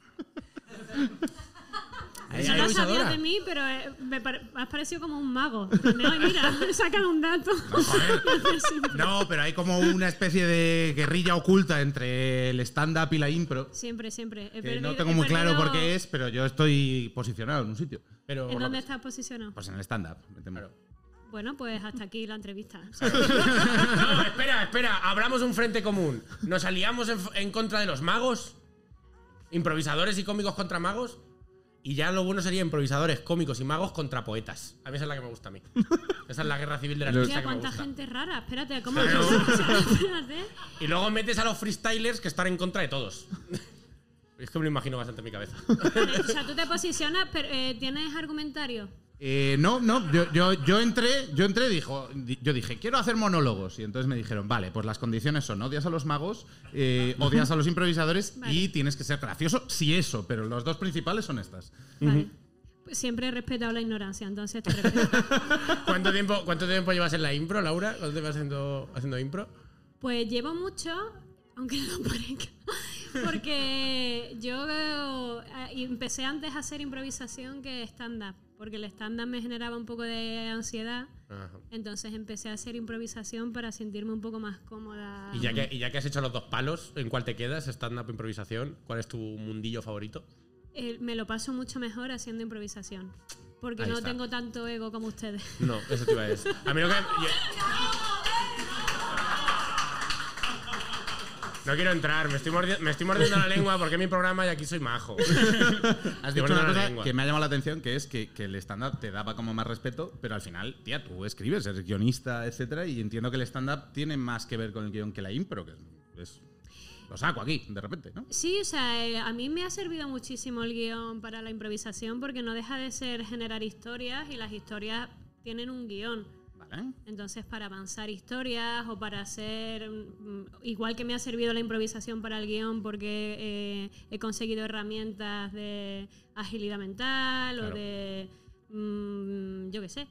No lo sabías de mí, pero eh, me pare- has parecido como un mago. No, mira, sacan un dato.
No, pero hay como una especie de guerrilla oculta entre el stand-up y la impro.
Siempre, siempre.
Que
He perdido-
no tengo
he
muy claro
perdido-
por qué es, pero yo estoy posicionado en un sitio.
pero.
¿En dónde estás posicionado?
Pues en el stand-up. me temo.
Bueno, pues hasta aquí la entrevista.
No, Ah, espera, espera. Abramos un frente común. ¿Nos aliamos en, en contra de los magos? ¿Improvisadores y cómicos contra magos? Y ya lo bueno sería improvisadores, cómicos y magos contra poetas. A mí esa es la que me gusta a mí. Esa es la guerra civil de la
Hostia,
artista que me
cuánta
gusta.
gente rara. Espérate, ¿cómo lo Espérate.
Y luego metes a los freestylers que están en contra de todos. Es que me lo imagino bastante en mi cabeza.
Vale, o sea, tú te posicionas, pero eh, tienes argumentario.
Eh, no, no, yo, yo, yo entré, yo entré, dijo, di- yo dije, quiero hacer monólogos. Y entonces me dijeron, vale, pues las condiciones son odias a los magos, eh, odias a los improvisadores
Vale.
y tienes que ser gracioso, sí eso, pero los dos principales son estas.
Vale. Pues siempre he respetado la ignorancia, entonces te respeto.
¿Cuánto tiempo, ¿Cuánto tiempo llevas en la impro, Laura? ¿Cuánto tiempo haciendo, haciendo impro?
Pues llevo mucho, aunque no lo parezca, porque yo eh, empecé antes a hacer improvisación que stand-up, porque el stand-up me generaba un poco de ansiedad. Entonces empecé a hacer improvisación para sentirme un poco más cómoda.
Y ya, que, y ya que has hecho los dos palos, ¿en cuál te quedas? ¿Stand-up improvisación? ¿Cuál es tu mundillo favorito?
Eh, me lo paso mucho mejor haciendo improvisación, porque
Ahí
no
está.
tengo tanto ego como ustedes.
No, eso te iba a decir. A mí lo que. yo- No quiero entrar, me estoy, mordi- me estoy mordiendo la lengua porque es mi programa y aquí soy majo.
Has
Te
dicho
ponen
una
la
cosa
lengua.
que me ha llamado la atención, que es que, que el stand-up te daba como más respeto, pero al final, tía, tú escribes, eres guionista, etcétera, y entiendo que el stand-up tiene más que ver con el guión que la impro, que es, lo saco aquí, de repente, ¿no?
Sí, o sea, eh, a mí me ha servido muchísimo el guión para la improvisación porque no deja de ser generar historias y las historias tienen un guión.
Vale.
Entonces, para avanzar historias o para hacer. mm, Igual que me ha servido la improvisación para el guión, porque eh, he conseguido herramientas de agilidad mental o de. mm, yo qué sé.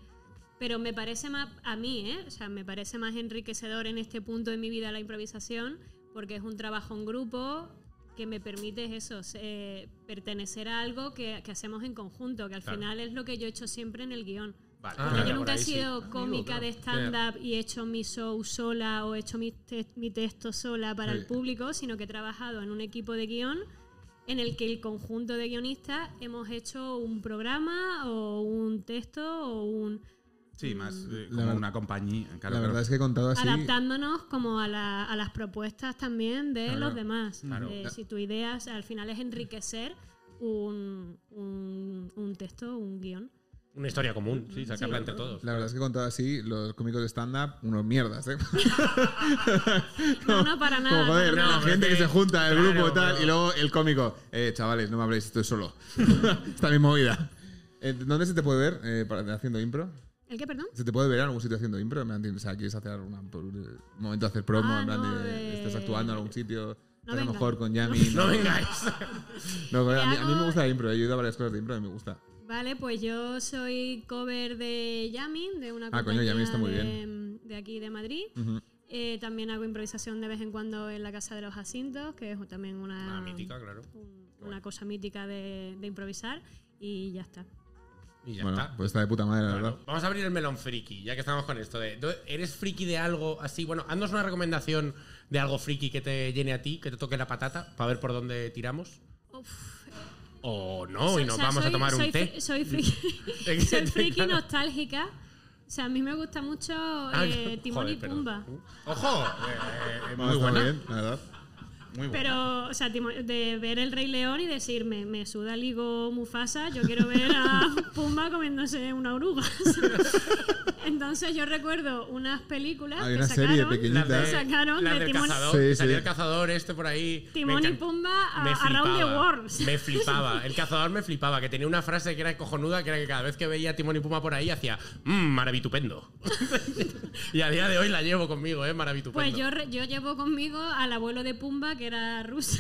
Pero me parece más. A mí, ¿eh? O sea, me parece más enriquecedor en este punto de mi vida la improvisación, porque es un trabajo en grupo que me permite eso, eh, pertenecer a algo que, que hacemos en conjunto, que al final es lo que yo he hecho siempre en el guión.
Vale,
Porque
claro,
Ah, yo
por
nunca he
ahí sí.
sido cómica de stand-up y he hecho mi show sola o he hecho mi, te- mi texto sola para el público, sino que he trabajado en un equipo de guión en el que el conjunto de guionistas hemos hecho un programa o un texto o un...
Sí, más eh,
Mm, La
como
ver-
una compañía. claro,
la
claro.
verdad es que he contado así.
adaptándonos como a, la- a las propuestas también de los demás. Eh,
Ya.
si tu idea o sea, al final es enriquecer un, un, un texto, un guión.
Una historia común, sí, saca
Sí.
plante todos.
La verdad es que contado así, los cómicos de stand-up, unos mierdas, ¿eh?
No, no, para nada.
Como joder,
no,
la
para nada.
pero
gente
es
que
que-
se junta, el
claro,
grupo y tal,
pero-
y luego el cómico. Eh, chavales, no me habléis, estoy solo. Esta misma movida. Eh, ¿Dónde se te puede ver eh, para- haciendo impro?
¿El qué, perdón?
¿Se te puede ver en algún sitio haciendo impro? En plan, O sea, ¿quieres hacer alguna, por un momento hacer promo?
Ah,
en plan
no,
de-
de-
¿Estás actuando en algún sitio?
No
Estás a lo
venga.
mejor con Yami.
No vengáis.
No, joder, a, mí, a mí
hago-
me gusta la impro, he ido a varias cosas de impro y me gusta.
Vale, pues yo soy cover de Yamin, de una
Ah, coño,
compañía
Yamin está muy
de, de aquí de Madrid. Eh, también hago improvisación de vez en cuando en la Casa de los Jacintos, que es también una,
Ah, mítica, claro.
un- una cosa mítica de, de improvisar. Y ya está.
Y ya
bueno,
está.
pues está de puta madre, la
Claro.
verdad.
Vamos a abrir el melón friki, ya que estamos con esto. De, do- ¿Eres friki de algo así? Bueno, haznos una recomendación de algo friki que te llene a ti, que te toque la patata, para ver por dónde tiramos.
Uf,
O no,
so-
Oh, y
o
nos
sea,
vamos
soy-
a tomar
soy
un té.
fri- Soy friki, soy friki nostálgica. O sea, a mí me gusta mucho
Ah,
eh,
joder,
Timón y
pero-
Pumba.
¡Ojo! Eh, eh,
Bueno,
muy
está
buena.
bien, la verdad.
Pero, o sea, timo- de ver el Rey León y decirme, me suda el higo Mufasa, yo quiero ver a Pumba comiéndose una oruga. Entonces yo recuerdo unas películas
Hay
que
una
sacaron,
serie pequeñita.
que
eh.
sacaron
la
de,
del
Timón,
cazador.
Sí,
que salía
sí.
el cazador este por ahí. Me
Timón y
encan-
Pumba a-
me
Around the
flipaba,
World.
Me flipaba. El cazador me flipaba, que tenía una frase que era cojonuda, que era que cada vez que veía a Timón y Pumba por ahí hacía mmm, maravitupendo. y a día de hoy la llevo conmigo, eh, maravitupendo.
Pues yo, re- yo llevo conmigo al abuelo de Pumba, que era ruso.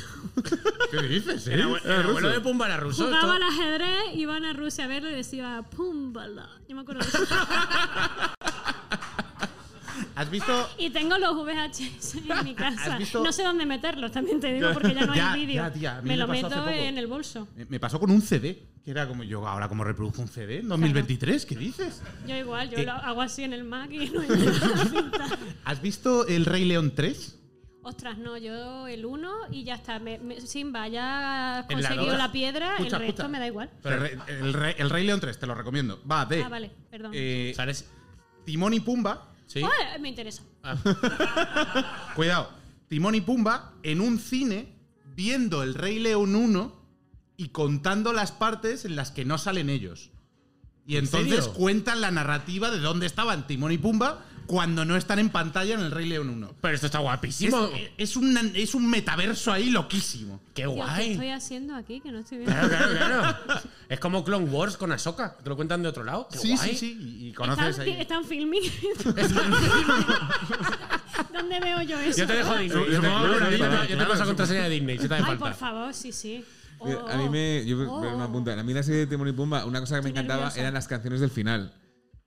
¿Qué dices? eh?
el, abue- el abuelo de Pumba era ruso.
Jugaba al
esto-
ajedrez, iban a Rusia a verlo y decía, Pumbala. Yo me acuerdo de eso.
¿Has visto
Y tengo los VHS en mi casa.
¿Has visto?
No sé dónde meterlos, también te digo, porque ya no
Ya,
hay vídeo.
ya, tía, a mí
Me
me
lo
pasó
meto
hace poco.
en el bolso.
Eh, Me pasó con un CD, que era como yo, ahora como reprodujo un CD en 2023, ¿qué dices?
Yo igual, yo
Eh.
lo hago así en el Mac y no hay
¿Has visto El Rey León 3?
Ostras, no, yo el uno y ya está. Me, me- Simba, ya has
En la
conseguido
dos.
la, piedra,
Escucha,
el resto
escucha.
me da igual.
El, Rey- el Rey- El Rey León 3, te lo recomiendo. Va, de
Ah, vale, perdón.
eh,
¿Sabes?
Timón y Pumba.
Sí.
Ah, me interesa.
Cuidado, Timón y Pumba en un cine viendo El Rey León 1 y contando las partes en las que no salen ellos. Y
¿En
entonces
serio?
cuentan la narrativa de dónde estaban Timón y Pumba cuando no están en pantalla en el Rey León 1.
Pero esto está
Es,
guapísimo.
es un, es un metaverso ahí loquísimo.
Qué
Tío, ¿Qué estoy
guay.
haciendo aquí? Que no estoy viendo.
Claro, claro, claro. Es como Clone Wars con Ahsoka. Te lo cuentan de otro lado. Qué
Sí,
guay.
sí, sí. y- Y conoces
Están,
ahí.
están filming. ¿Dónde veo yo eso?
Yo te dejo Disney.
Yo
Yo te,
te-
yo te-
yo te-
yo te paso la contraseña de Disney. Si te hace
Ay, por
falta. Eh,
favor, sí, sí. Oh,
Mira, A mí me. Yo
oh,
me apunta. A mí la serie de Timón y Pumba, una cosa que me
Estoy
encantaba
nerviosa.
eran las canciones del final.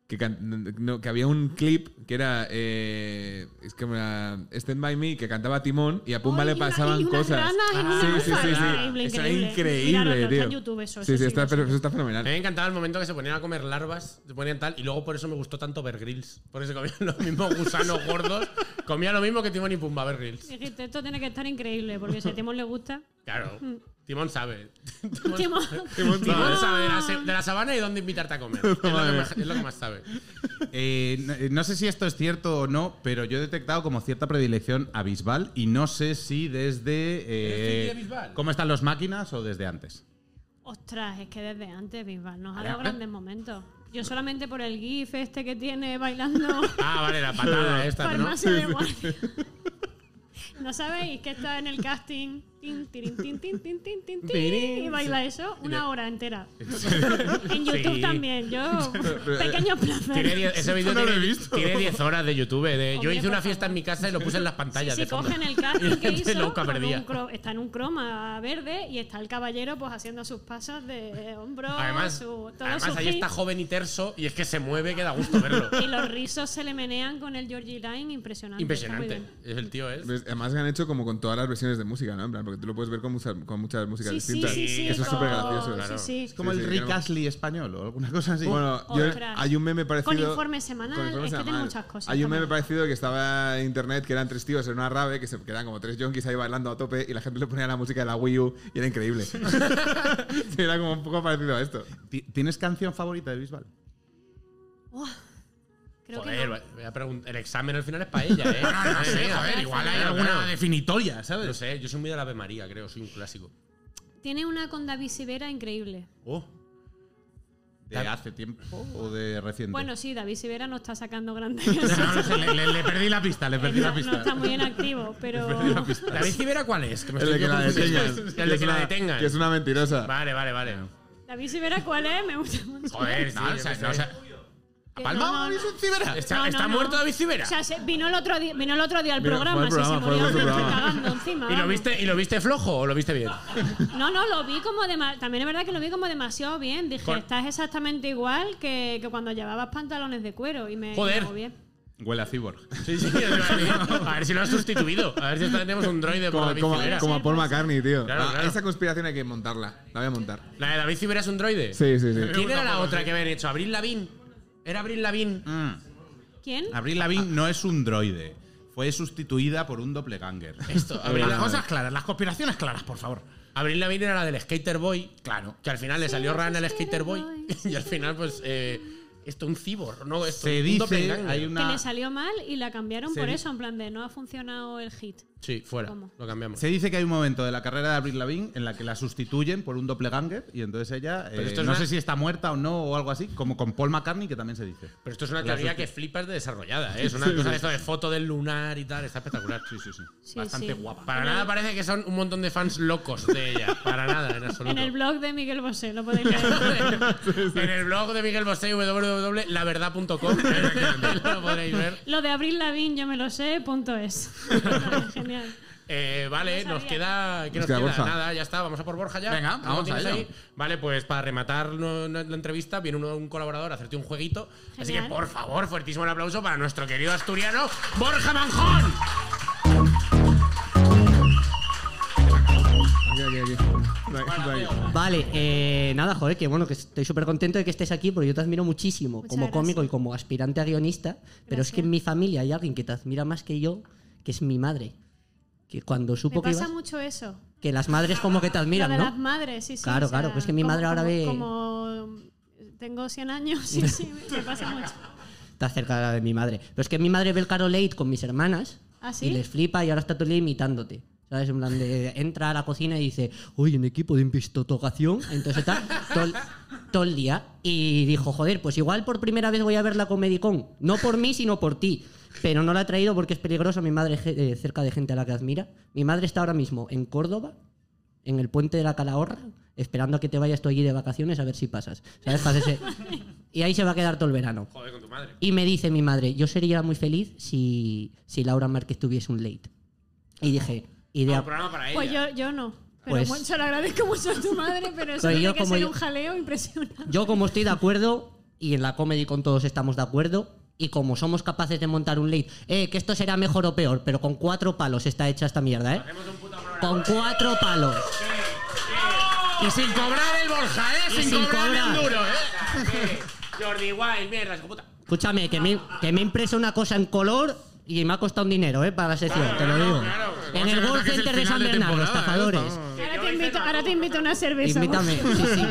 Que, can- no, que había un clip que era. eh, es que era Stand By Me, que cantaba Timón y a Pumba
Ay,
le
y una-
pasaban
y unas
cosas.
ranas y una cosa. Increíble,
Eso era
increíble.
increíble,
Míralo, está en
tío.
YouTube eso,
Sí,
eso
sí,
sí,
está,
lo
pero
sé.
eso está
A mí
fenomenal.
me encantaba el momento que se ponían a comer larvas, se ponían tal, y luego por eso me gustó tanto Bear Grylls. Por eso comían los mismos gusanos gordos, comía lo mismo que Timón y Pumba Bear Grylls.
Dijiste, esto tiene que estar increíble, porque si a Timón le gusta.
Claro, Timón sabe.
Timón.
Timón sabe de la, se- de la sabana y dónde invitarte a comer. Es lo que más, es lo que más sabe.
Eh, no, eh, no sé si esto es cierto o no, pero yo he detectado como cierta predilección abisbal y no sé si desde eh,
¿Eres friki de Bisbal?
cómo están los máquinas o desde antes.
Ostras, es que desde antes, Bisbal, nos ha dado grandes momentos. Yo solamente por el GIF este que tiene bailando
Ah, vale, la patada esta, ¿no?
Farmacia de Guardia. ¿No sabéis que está en el casting? Tin, tirin, tin, tin, tin, tin, tin, tin, y baila eso una hora entera. En YouTube
Sí. eh,
también, yo. Pequeños
Tiene
placeres.
diez- ese vídeo tiene- tiene 10 horas de YouTube. de- yo
Hombre,
hice una
por
fiesta en mi casa y lo puse en las
Sí,
pantallas
sí,
de fondo.
cogen el casting que
Gente
hizo.
loca
con un
perdida.
cro- está en un croma verde y está el caballero pues haciendo sus pasos de hombro.
Además,
su, todo
además
su
ahí
hit.
está joven y terso y es que se mueve que da gusto verlo.
Y los rizos se le menean con el Georgie Line, impresionante. está muy
Impresionante.
bien.
Es El tío es.
Pues, Además, han hecho como con todas las versiones de música, ¿no? En plan, porque tú lo puedes ver con, mucha- con muchas músicas
Sí, sí,
distintas.
sí, sí.
Eso es
con-
súper gracioso.
sí, sí.
Es como
Sí,
el
sí,
Rick
claro.
Astley español o alguna cosa así.
Bueno, yo-
Ostras.
hay un meme parecido.
Con informe semanal,
informe
es que tiene
semanal.
muchas cosas
Hay un meme
también.
parecido que estaba en internet que eran tres tíos en una rave que se quedan como tres yonkis ahí bailando a tope y la gente le ponía la música de la Wii U y era increíble. Sí, era como un poco parecido a esto.
Ti- ¿Tienes canción favorita de Bisbal?
Creo que
Joder,
no.
voy a preguntar- el examen al final es para ella, ¿eh?
No, no sé, joder, igual hay alguna definitoria, ¿sabes?
No sé, yo soy muy de la Ave María, creo, soy un clásico.
Tiene una con David Sivera increíble.
Oh,
¿De hace tiempo o de reciente?
Bueno, sí, David Sivera no está sacando grandes.
no, no sé, le, le- le perdí la pista, le perdí la
no, no
pista.
está muy en activo, pero.
¿David Civera cuál es? Que me
El de
estoy
que la
confundiendo.
detengan.
El de
es
que la
una-
detengan.
Que es una mentirosa.
Vale, vale, vale.
David Sivera, ¿cuál es? Me gusta mucho.
Joder, sí,
No, o
yo
sea,
qué
no, o
sé.
sea,
Que
Palma,
no, no,
es
no.
un cibera.
¿Está,
No, no,
está
no.
muerto David Civera?
O sea, se- vino, el otro día, vino el otro día al
Vino- fue al
programa, sí,
programa,
se
fue
murió,
al
me estoy
programa.
cagando encima.
¿Y lo,
vamos.
viste, ¿Y lo viste flojo o lo viste bien?
No, no, lo vi como dema- también es verdad que lo vi como demasiado bien. Dije,
Con-
estás exactamente igual que, que cuando llevabas pantalones de cuero y me
Joder.
bien.
Huele a cyborg.
Sí, sí. A ver si lo has sustituido. A ver si esta vez tenemos un droide por
Como,
David
como-
Civera.
como a Paul McCartney, tío.
Claro,
Ah,
claro.
Esa conspiración hay que montarla. La voy a montar.
¿La de David Civera es un droide?
Sí, sí, sí.
¿Quién era la otra que habían hecho? ¿Abril Lavín? ¿Era Abril Lavín?
¿Quién?
Abril Lavigne no es un droide. Fue sustituida por un doppelganger.
Esto, Abril
Las
Lavín.
cosas claras, las conspiraciones claras, por favor.
Abril Lavigne era la del Skater Boy. Claro. Que al final le salió rana el Skater Boy. Y al final, pues. eh, esto un cibor, ¿no? Esto,
Se
un
dice,
doppelganger.
hay
Que
una,
le salió mal y la cambiaron
Se
por
di-
eso, en plan de no ha funcionado el hit.
Sí, fuera.
¿Cómo?
Lo cambiamos.
se dice que hay un momento de la carrera de Abril Lavigne en la que la sustituyen por un doppelganger y entonces ella,
Pero
eh,
esto es
no
una-
sé si está muerta o no o algo así, como con Paul McCartney que también se dice.
Pero esto es una
La
teoría
susti-
que flipas de desarrollada, ¿eh? Es una cosa de esto de foto del lunar y tal. Está espectacular. Sí, sí, sí.
Sí,
Bastante
sí.
guapa. Para nada parece que son un montón de fans locos de ella. Para nada, en absoluto.
En el blog de Miguel Bosé, lo podéis leer.
en el blog de Miguel Bosé, www.laverdad.com. lo podréis ver.
Lo de Abril Lavín, yo me lo sé, punto es. Genial.
Eh, vale,
No
nos
sabía.
queda. ¿Qué nos, queda?
Nos queda Borja.
Nada, ya está, vamos a por Borja ya.
Venga,
¿Lo
vamos a
tienes
ello.
Vale, pues para rematar no- no- la entrevista, viene uno, un colaborador a hacerte un jueguito. Así que
Genial.
por favor, fuertísimo el aplauso para nuestro querido asturiano Borja Manjón.
Aquí, aquí, aquí. Like, like.
Vale, eh, nada, joder, que bueno, que estoy súper contento de que estés aquí porque yo te admiro muchísimo
Muchas
como
gracias.
cómico y como aspirante a guionista, pero es que
Gracias.
en mi familia hay alguien que te admira más que yo, que es mi madre. Que cuando
Me
supo que
pasa
ibas-
mucho eso.
que las madres como que te admiran,
lo de
¿no?
las madres, sí, sí.
Claro, claro, pero es que mi madre ahora ve-
Como tengo 100 años, sí, sí, me pasa mucho.
Está cerca de mi madre. Pero es que mi madre ve el Carol Aid con mis hermanas
¿Ah, sí?
y les flipa y ahora está todo el día imitándote. O
¿Sabes? En plan de, entra a la cocina y dice, uy, un equipo de empistotogación. Entonces está todo, el- todo el día. Y dijo, joder, pues igual por primera vez voy a ver la Comedicón. No por mí, sino por ti. Pero no la he traído porque es peligroso. Mi madre je- eh, cerca de gente a la que admira. Mi madre está ahora mismo en Córdoba, en el puente de la Calahorra, esperando a que te vayas tú allí de vacaciones a ver si pasas. ¿Sabes? Para ese- Y ahí se va a quedar todo el verano.
Joder, con tu madre.
Y me dice mi madre, yo sería muy feliz si, si Laura Márquez tuviese un late. Y dije,
Ah,
idea.
un programa para ella.
Pues yo, yo no. Pero
Pues-
mucho le agradezco mucho a tu madre, pero eso
Pero
tiene
yo
que
como
ser
yo-
un jaleo impresionante.
Yo como estoy de acuerdo, y en la comedy con todos estamos de acuerdo, y como somos capaces de montar un late, eh, que esto será mejor o peor, pero con cuatro palos está hecha esta mierda, ¿eh?
Hacemos un puto programa.
Con cuatro palos.
Y sin cobrar el Borja, ¿eh?
Y sin cobrar.
¿eh? Jordi Wild, mierda, hijo puta.
Escúchame, que me, que me he impreso una cosa en color y me ha costado un dinero, ¿eh? Para la sección, te lo digo.
claro.
En el Golf Center de ¿eh? San Bernardo, estafadores.
Ahora te invito, ahora te invito a una cerveza.
Invítame. Sí, sí.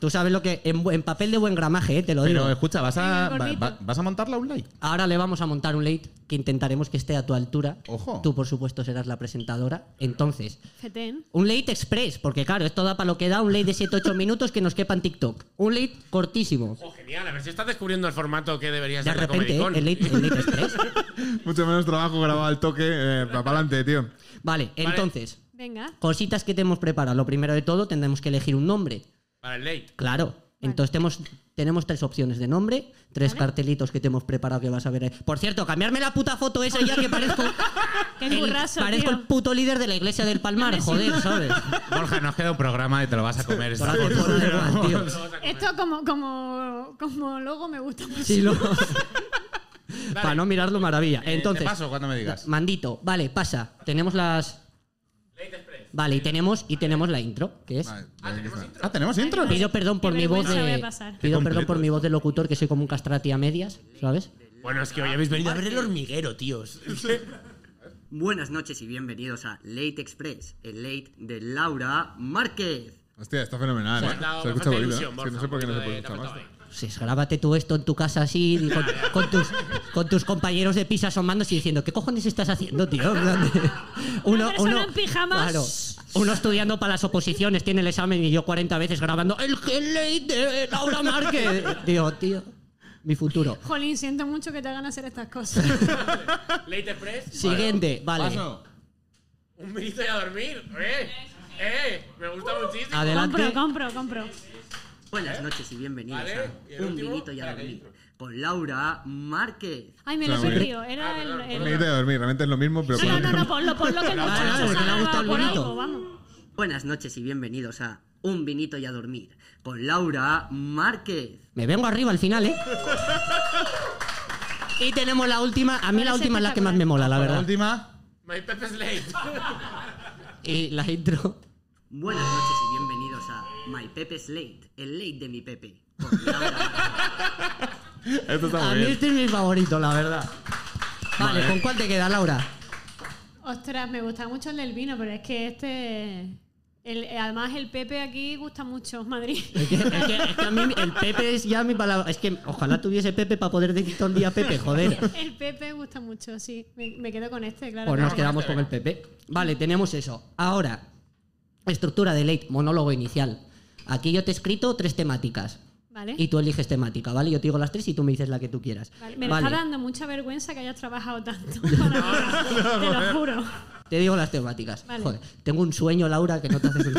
Tú sabes lo que. En, bu- en papel de buen gramaje, eh, te lo digo.
Pero escucha, ¿vas a,
Venga, gordito.
va- va- ¿vas a montarla un like?
Ahora le vamos a montar un late que intentaremos que esté a tu altura.
Ojo.
Tú, por supuesto, serás la presentadora. Entonces,
Fetén.
un late express, porque claro, esto da para lo que da un late de 7-8 minutos que nos quepa en TikTok. Un late cortísimo.
Oh, genial, a ver si estás descubriendo el formato que deberías
De
ser la
repente, ¿eh?
Comedicón.
el, late, el late express.
Mucho menos trabajo grabado al toque. Eh, para adelante, tío.
Vale, entonces,
Venga.
cositas que te hemos preparado. Lo primero de todo, tendremos que elegir un nombre.
Para el late.
Claro. Entonces tenemos, tenemos tres opciones de nombre, tres cartelitos que te hemos preparado que vas a ver. ahí. Por cierto, cambiarme la puta foto esa ya que parezco.
Qué
el-
currazo,
parezco
tío.
el puto líder de la iglesia del Palmar, joder, ¿sabes?
Borja, nos queda un programa y te lo vas a comer.
Por algo fuera de lugar, tío.
Esto como, como, como logo me gusta mucho.
Sí, lo- Para no mirarlo, maravilla. Entonces,
Eh, te paso cuando me digas.
mandito, vale, pasa. Tenemos las. Vale, y tenemos, y tenemos la intro, que es.
Ah, tenemos intro.
Pido perdón por
Qué
mi voz
vergüenza voy
de.
a pasar. Qué
Pido perdón
completo
por mi voz de locutor, que soy como un castrati a medias, ¿sabes?
Bueno, es que hoy habéis venido a ver el hormiguero, tíos.
Buenas noches y bienvenidos a Late Express, el late de Laura Márquez.
Hostia, está fenomenal.
Me
eh.
has dado-
Se
me
escucha
falta
bonito.
ilusión,
¿eh? Sí,
Borja,
no sé por qué no
un poquito
se puede
de-
escuchar
te
más.
faltaba ahí.
Pues grábate tú esto en tu casa así, y con, con tus, con tus compañeros de pisa asomándose y diciendo, ¿qué cojones estás haciendo, tío? En plan de-
Una persona en pijamas.
claro, uno estudiando para las oposiciones, tiene el examen y yo 40 veces grabando, el ley de Laura Márquez. Digo, tío, mi futuro.
Jolín, siento mucho que te hagan hacer estas cosas.
Late Express,
Siguiente, vale.
un minuto y a dormir. ¡Eh! ¡Eh! Me gusta muchísimo.
Adelante.
Compro, compro, compro.
Buenas noches y bienvenidos
Vale, ¿y el
a Un
último?
Minuto y a
Vale,
Dormir,
listo.
con Laura Márquez.
Ay, me lo he
Está muy
perdido. Era el.
Me
el-
necesito de dormir, realmente es lo mismo, pero.
No,
por-
no, no, no, ponlo, ponlo que el
Claro,
muchacho
porque le ha
se
gustado el
por
bonito.
algo, vamos.
Buenas noches y bienvenidos a Un Vinito y a Dormir, con Laura Márquez.
Me vengo arriba al final, ¿eh? Y tenemos la última, a mí la
Parece
última es la que más me mola, la
La
verdad.
última.
My Pepe's Late.
Y la intro.
Buenas noches y bienvenidos a My Pepe's Late, el late de mi Pepe. con Laura Márquez.
Esto está
A
muy
mí
bien.
este es mi favorito, la verdad. Vale, ¿con cuál te queda, Laura?
Ostras, me gusta mucho el del vino, pero es que este. el- además, el Pepe aquí gusta mucho, Madrid.
Es que, es que- es que a mí el Pepe es ya mi palabra. Es que ojalá tuviese Pepe para poder decir todo el día Pepe, joder.
El Pepe gusta mucho, sí. Me, me quedo con este, claro.
Pues nos quedamos con el Pepe. Vale, tenemos eso. Ahora, estructura de late, monólogo inicial. Aquí yo te he escrito tres temáticas.
Vale.
Y tú eliges temática, ¿vale? Yo te digo las tres y tú me dices la que tú quieras.
¿Eh? Vale, Me
Vale,
está dando mucha vergüenza que hayas trabajado tanto. para- te lo juro.
Te digo las temáticas.
Vale.
Joder, tengo un sueño, Laura, que no te haces un...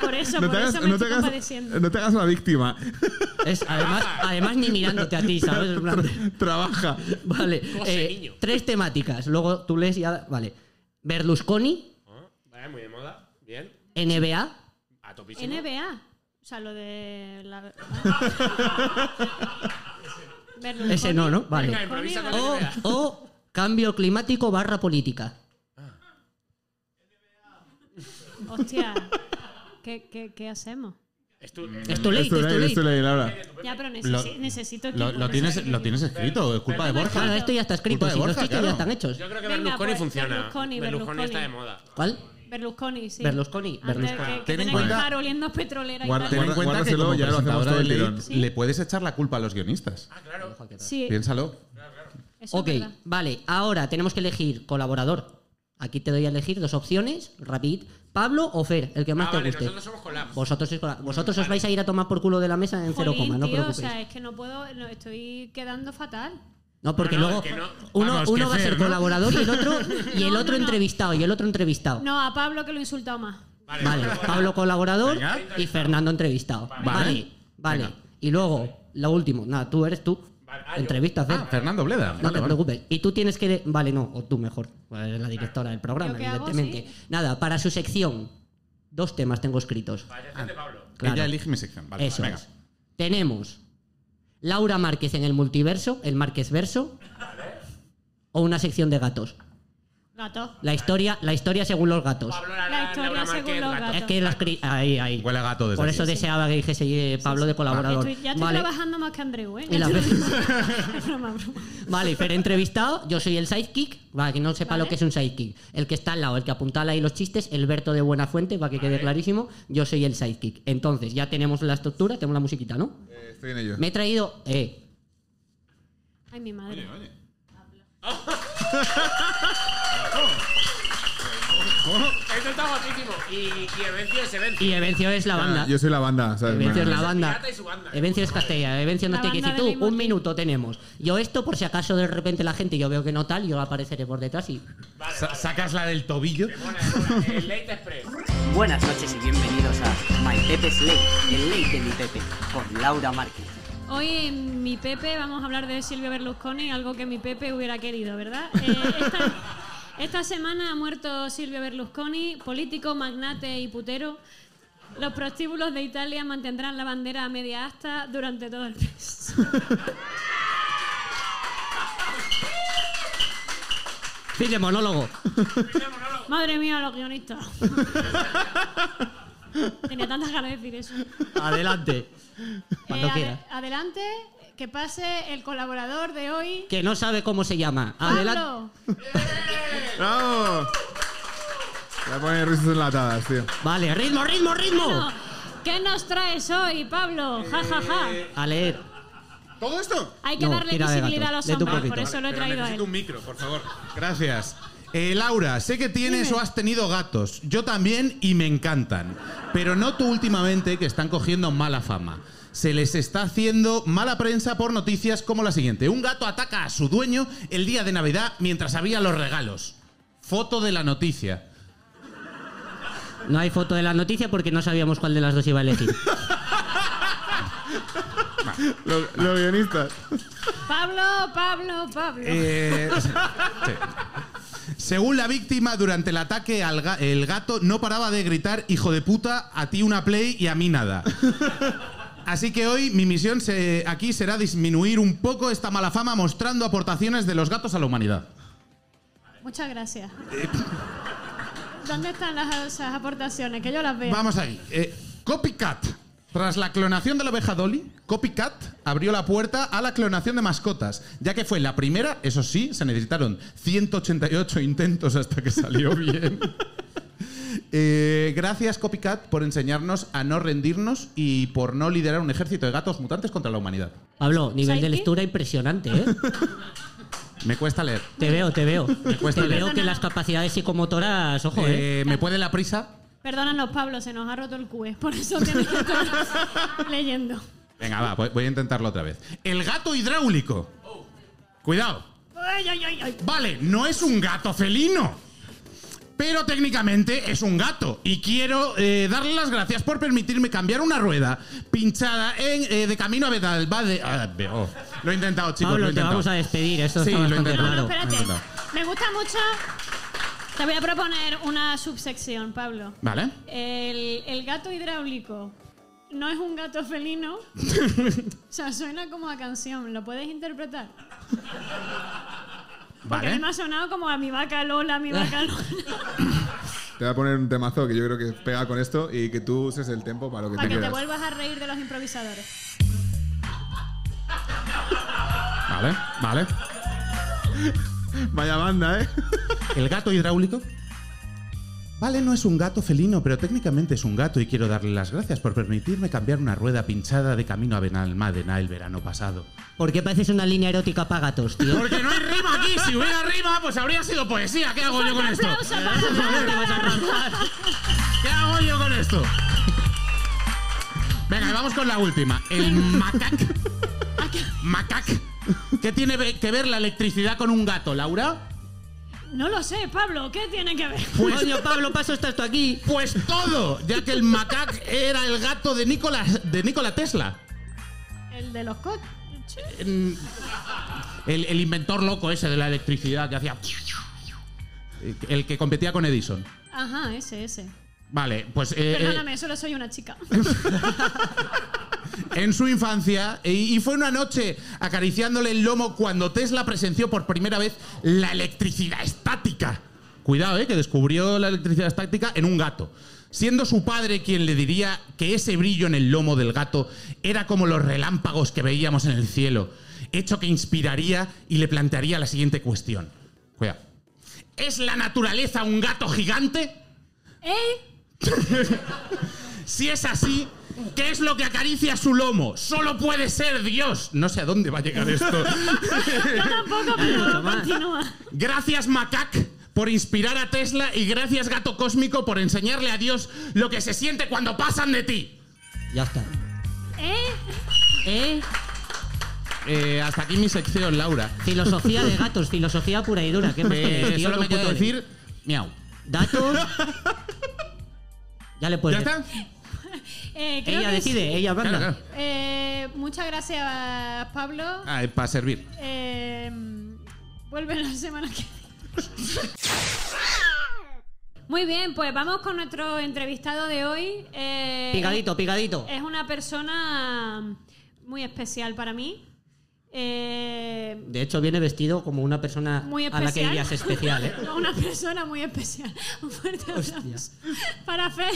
Por eso,
No
por
te
eso
hagas-
me
no te
estoy
hagas-
compadeciendo.
no te hagas una víctima.
Es, además, además ni mirándote a ti, ¿sabes? En plan de-
Trabaja.
Vale.
Cose,
eh,
niño.
tres temáticas. Luego tú lees y ya. Vale. Berlusconi,
Ah, Vale, muy de moda. Bien.
NBA.
A topísimo.
NBA. O sea, lo de la. Berlusconi.
Ese no, ¿no? Vale.
Venga, improvisa con
O,
NBA.
o cambio climático barra política.
Hostia. ¿Qué, qué, qué hacemos?
Es tu- es-
Es tu ley, es
Esto
tu
ley,
ley.
esto ley, Laura.
Ya, pero necesi-
Lo-
necesito.
Lo,
equipo,
lo tienes,
necesito
lo
equipo.
tienes escrito, es culpa de
Claro,
Borja.
esto ya está escrito.
Culpa de
Si los
Borja,
chistes
claro.
ya están hechos.
Yo creo que
Venga,
Berlusconi
pues,
funciona.
Berlusconi, Berlusconi.
está de moda.
¿Cuál?
Berlusconi, sí.
Berlusconi,
Antes
Berlusconi.
Ten
Que, que
en
tiene que
cuenta-
estar oliendo a petrolera
Guarda-
y
Ten en
tal.
cuenta que
guárdaselo,
como
ya lo hacemos
presentadora
todo
de
el
late
tirón.
Sí.
le puedes echar la culpa a los guionistas.
Sí,
Piénsalo.
eso es
Ok,
verdad.
vale. Ahora tenemos que elegir colaborador.
Aquí te doy a elegir dos opciones, rapid, Pablo o Fer, el que más
Ah,
te
vale,
guste.
nosotros somos collabs.
Vosotros, sois collabs. Vosotros os vais a ir a tomar por culo de la mesa en cero
Jolín,
coma, no os
tío, o
preocupéis.
sea, es que no puedo, no, estoy quedando fatal.
No, porque
No, no,
luego
es que no.
uno,
Vamos,
uno
que
va a ser
Fer, ¿no?
colaborador y el otro y el
No,
otro
no, no.
entrevistado y el otro entrevistado.
No, a Pablo que lo he insultado más.
Vale, Pablo colaborador
Venga.
y Fernando entrevistado. Vale, vale.
Venga.
Y luego, lo último, nada, tú eres tú. Entrevista, Fer.
Ah, Fernando Bleda. Vale,
No te
vale.
preocupes. Y tú tienes que. de- Vale, no, o tú mejor. Eres la directora del programa,
¿Yo qué hago?
evidentemente.
Sí.
Nada, para su sección, dos temas tengo escritos. Claro.
Ella elige mi sección. Vale,
Eso
venga.
es. Tenemos Laura Márquez en el multiverso, el Márquez verso, o una sección de gatos.
Gato.
La historia, la historia según los gatos.
La historia según los gatos.
Es que las cri- ahí, ahí.
Huele a gato
pues
desde
Por eso
aquí.
deseaba que dijese eh, Pablo de colaborador.
Estoy- Ah, ya estoy
Vale,
trabajando más que Andreu, ¿eh?
Y las
Es broma, broma.
vale, Fer entrevistado, yo soy el sidekick, para que no sepa
Vale.
lo que es un sidekick. El que está al lado, el que apuntala ahí los chistes, el Berto de Buenafuente, para que quede clarísimo, yo soy el sidekick. Entonces, ya tenemos la estructura, tenemos la musiquita, ¿no?
Eh, estoy en ello.
Me he traído... eh,
Ay, mi madre.
Esto está guapísimo. Y, y Evencio es Evencio.
y Evencio es la banda.
Ah, yo soy la banda, ¿sabes?
Evencio es
Bueno,
la banda.
pirata y su banda.
Evencio es Eh, Castella. Evencio no
La
te quieres.
banda
Y tú,
del mismo
un
tío.
minuto tenemos. Yo esto, por si acaso de repente la gente, yo veo que no tal, yo apareceré por detrás y...
Sa- Sacas la del tobillo.
Mola, mola. El Late Express.
Buenas noches y bienvenidos a My Pepe's Late, el late de mi Pepe, con Laura Márquez.
Hoy en mi Pepe vamos a hablar de Silvio Berlusconi, algo que mi Pepe hubiera querido, ¿verdad? Eh, esta, esta semana ha muerto Silvio Berlusconi, político, magnate y putero. Los prostíbulos de Italia mantendrán la bandera a media asta durante todo el mes.
Fin de monólogo.
Madre mía, los guionistas. Tenía tantas ganas de decir eso.
Adelante. Cuando
Eh, ade-
quieras.
Adelante, que pase el colaborador de hoy.
Que no sabe cómo se llama. Adelante.
Pablo.
¡Bravo! Voy a poner risas enlatadas, tío.
Vale, ritmo, ritmo, ritmo.
Bueno, ¿Qué nos traes hoy, Pablo? Ja, ja, ja.
Eh,
A leer.
¿Todo esto?
Hay que
no,
darle
tira de
visibilidad
gato,
a los
de tu
hombres, por
poquito.
eso lo he
Pero
traído a
necesito un
él.
micro, por favor.
Gracias. Eh, Laura, sé que tienes
Dime.
o has tenido gatos. Yo también y me encantan. Pero noto últimamente que están cogiendo mala fama. Se les está haciendo mala prensa por noticias como la siguiente. Un gato ataca a su dueño el día de Navidad mientras había los regalos. Foto de la noticia.
No hay foto de la noticia porque no sabíamos cuál de las dos iba a elegir.
Los, los guionistas.
Pablo, Pablo, Pablo.
Eh, sí. Según la víctima, durante el ataque al ga- el gato no paraba de gritar hijo de puta, a ti una play y a mí nada. Así que hoy mi misión se- aquí será disminuir un poco esta mala fama mostrando aportaciones de los gatos a la humanidad.
Muchas gracias. ¿Dónde están las, esas aportaciones? Que yo las veo.
Vamos ahí. Eh, Copycat. Tras la clonación de la oveja Dolly, Copycat abrió la puerta a la clonación de mascotas, ya que fue la primera, eso sí, se necesitaron 188 intentos hasta que salió bien. Eh, gracias Copycat por enseñarnos a no rendirnos y por no liderar un ejército de gatos mutantes contra la humanidad.
Pablo, nivel de
¿Saiki?
lectura impresionante, ¿eh?
Me cuesta leer.
Te veo, te veo.
cuesta
Te veo
leer.
que las capacidades psicomotoras, ojo, ¿eh?
Eh, ¿Me puede la prisa?
Perdónanos, Pablo, se nos ha roto el cue. Por eso tienes que estar leyendo.
Venga, va, voy- voy a intentarlo otra vez. El gato hidráulico.
Oh.
Cuidado.
Ay, ay, ay, ay.
Vale, no es un gato felino. Pero técnicamente es un gato. Y quiero eh, darle las gracias por permitirme cambiar una rueda pinchada en, eh, de camino a Bedalba de. ah, be- oh. Lo he intentado, chicos. lo
Pablo,
he
te
intentado.
vamos a despedir, eso
Sí,
está
lo he
bastante
No, no,
claro.
intentado.
espérate.
Anda.
Me gusta mucho. Te voy a proponer una subsección, Pablo.
Vale.
El, el gato hidráulico no es un gato felino. o sea, suena como a canción. ¿Lo puedes interpretar? Porque a mí
Vale.
me ha sonado como a mi vaca Lola, mi vaca Lola.
Te voy a poner un temazo que yo creo que pega con esto y que tú uses el tiempo para lo que
Para
te
que te
quieras.
vuelvas a reír de los improvisadores.
Vale, vale.
Vaya banda, ¿eh?
El gato hidráulico
Vale, no es un gato felino, pero técnicamente es un gato y quiero darle las gracias por permitirme cambiar una rueda pinchada de camino a Benalmádena el verano pasado.
¿Por qué pareces una línea erótica para gatos, tío?
Porque no hay rima aquí. Si hubiera rima, pues habría sido poesía. ¿Qué hago yo con esto?
Aplauso para
¿Qué hago yo con esto? Venga, y vamos con la última. El macac. Macac. ¿Qué tiene ve- que ver la electricidad con un gato, Laura?
No lo sé, Pablo, ¿qué tiene que ver?
Coño, Pablo, paso estás tú aquí.
Pues todo, ya que el macac era el gato de Nikola, de Nikola Tesla.
El de los coches.
Mm, El, el inventor loco ese de la electricidad que hacía. El que competía con Edison.
Ajá, ese, ese.
Vale, pues. eh, eh,
Perdóname, solo soy una chica.
en su infancia y, y fue una noche acariciándole el lomo cuando Tesla presenció por primera vez la electricidad estática. Cuidado, ¿eh? que descubrió la electricidad estática en un gato. Siendo su padre quien le diría que ese brillo en el lomo del gato era como los relámpagos que veíamos en el cielo, hecho que inspiraría y le plantearía la siguiente cuestión. Cuidado. ¿Es la naturaleza un gato gigante?
¿Eh?
Si es así, ¿qué es lo que acaricia su lomo? Solo puede ser Dios. No sé a dónde va a llegar esto.
Yo tampoco, pero
más.
continúa.
Gracias, Macac, por inspirar a Tesla y gracias, Gato Cósmico, por enseñarle a Dios lo que se siente cuando pasan de ti.
Ya está.
¿Eh?
¿Eh?
Eh, hasta aquí mi sección, Laura.
Filosofía de gatos, filosofía pura y dura. ¿Qué más
Eh,
quieres, tío?
solo
No
me queda
puto eres.
decir miau.
Datos. Ya le
Pues ¿Ya
puedes.
está?
Eh, creo
Ella
que sí.
decide, ella manda.
Claro,
Eh, muchas gracias, Pablo.
Ah, para servir.
Eh, vuelve la semana que viene. Muy bien, pues vamos con nuestro entrevistado de hoy. Eh,
Picadito, picadito.
Es una persona muy especial para mí. Eh,
De hecho, viene vestido como una persona
muy
a
especial.
la que dirías especial, ¿eh?
una persona muy especial. Un fuerte aplauso. Para Fe.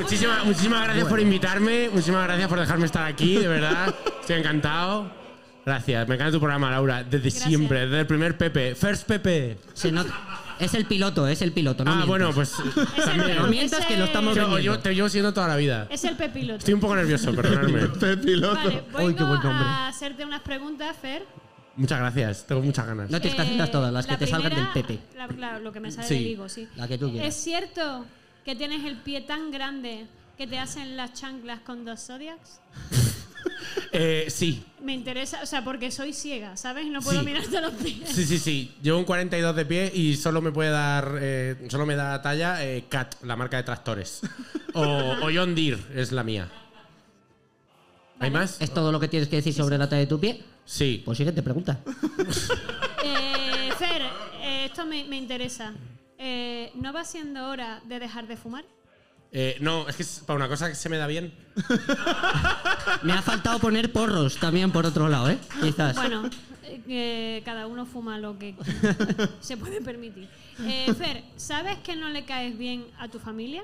Muchísima- muchísimas gracias por invitarme, muchísimas gracias por dejarme estar aquí, de verdad. Estoy encantado. Gracias, me encanta tu programa, Laura, desde siempre, desde el primer Pepe. First Pepe.
Se nota- Es el piloto, es el piloto. No
ah,
mientas.
bueno, pues
Es el-
también.
No mientas
es
que lo
el-
estamos
Yo-
vendiendo.
yo- te llevo siendo toda la vida.
Es el pepiloto.
Estoy un poco nervioso, perdonadme.
El piloto.
Vale, vengo
Uy, qué buen nombre.
a hacerte unas preguntas, Fer.
Muchas gracias, tengo muchas ganas.
No tienes que
Eh,
hacerlas todas, las
la
que te salgan del
primera-
Pepe.
la- la- lo que me sale
Sí,
del higo, sí.
la que tú quieras.
¿Es cierto que tienes el pie tan grande que te hacen las chanclas con dos zodiacs?
Eh, sí,
Me interesa, o sea, porque soy ciega, ¿sabes? No puedo
Sí.
mirarte los pies.
sí, sí, sí. Llevo un 42 de pie y solo me puede dar, eh, solo me da talla eh, Cat, la marca de tractores. O, o John Deere es la mía. ¿Hay más?
¿Es todo lo que tienes que decir sobre la talla de tu pie?
Sí.
Pues siguiente pregunta.
Eh, Fer, eh, esto me, me interesa. Eh, ¿No va siendo hora de dejar de fumar?
Eh, no, es que es para una cosa que se me da bien.
Me ha faltado poner porros también por otro lado, ¿eh? Quizás.
Bueno, eh, que cada uno fuma lo que se puede permitir. Eh, Fer, ¿sabes que no le caes bien a tu familia?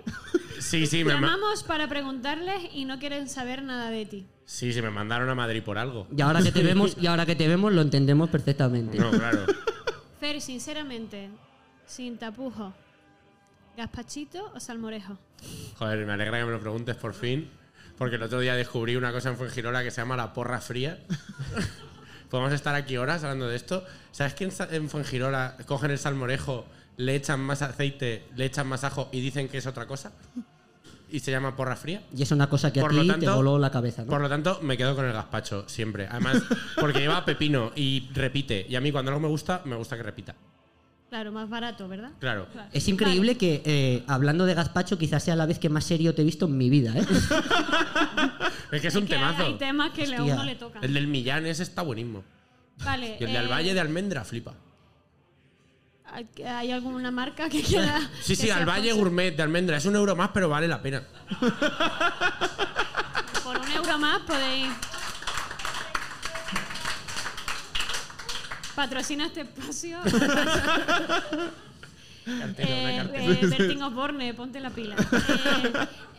Sí, sí, me, ma-
Llamamos para preguntarles y no quieren saber nada de ti.
sí, sí, me mandaron a Madrid por algo.
Y ahora que te vemos, y ahora que te vemos lo entendemos perfectamente.
No, claro.
Fer, sinceramente, sin tapujo, ¿gazpachito o salmorejo?
Joder, me alegra que me lo preguntes por fin. Porque el otro día descubrí una cosa en Fuengirola que se llama la porra fría. Podemos estar aquí horas hablando de esto. ¿Sabes que en, Sa- en Fuengirola cogen el salmorejo, le echan más aceite, le echan más ajo y dicen que es otra cosa? Y se llama porra fría.
Y es una cosa que a
Por
ti
lo
te
tanto-
voló la cabeza, ¿no?
Por lo tanto, me quedo con el gazpacho siempre. Además, porque lleva pepino y repite. Y a mí cuando algo me gusta, me gusta que repita.
Claro, más barato, ¿verdad?
Claro.
Es increíble que eh, hablando de gazpacho quizás sea la vez que más serio te he visto en mi vida, ¿eh?
Es que es un
que hay- Hay
temazo.
temas que a
Hostia.
uno le tocan.
El del Millán ese está buenísimo.
Vale.
Y el del
eh,
Valle de Almendra flipa.
¿Hay alguna marca que quiera?
Sí,
que
sí,
sea
al Valle
sponsor?
Gourmet de Almendra. Es un euro más, pero vale la pena.
Por un euro más podéis. Patrocina este espacio. Eh, eh, Bertín Osborne, ponte la pila.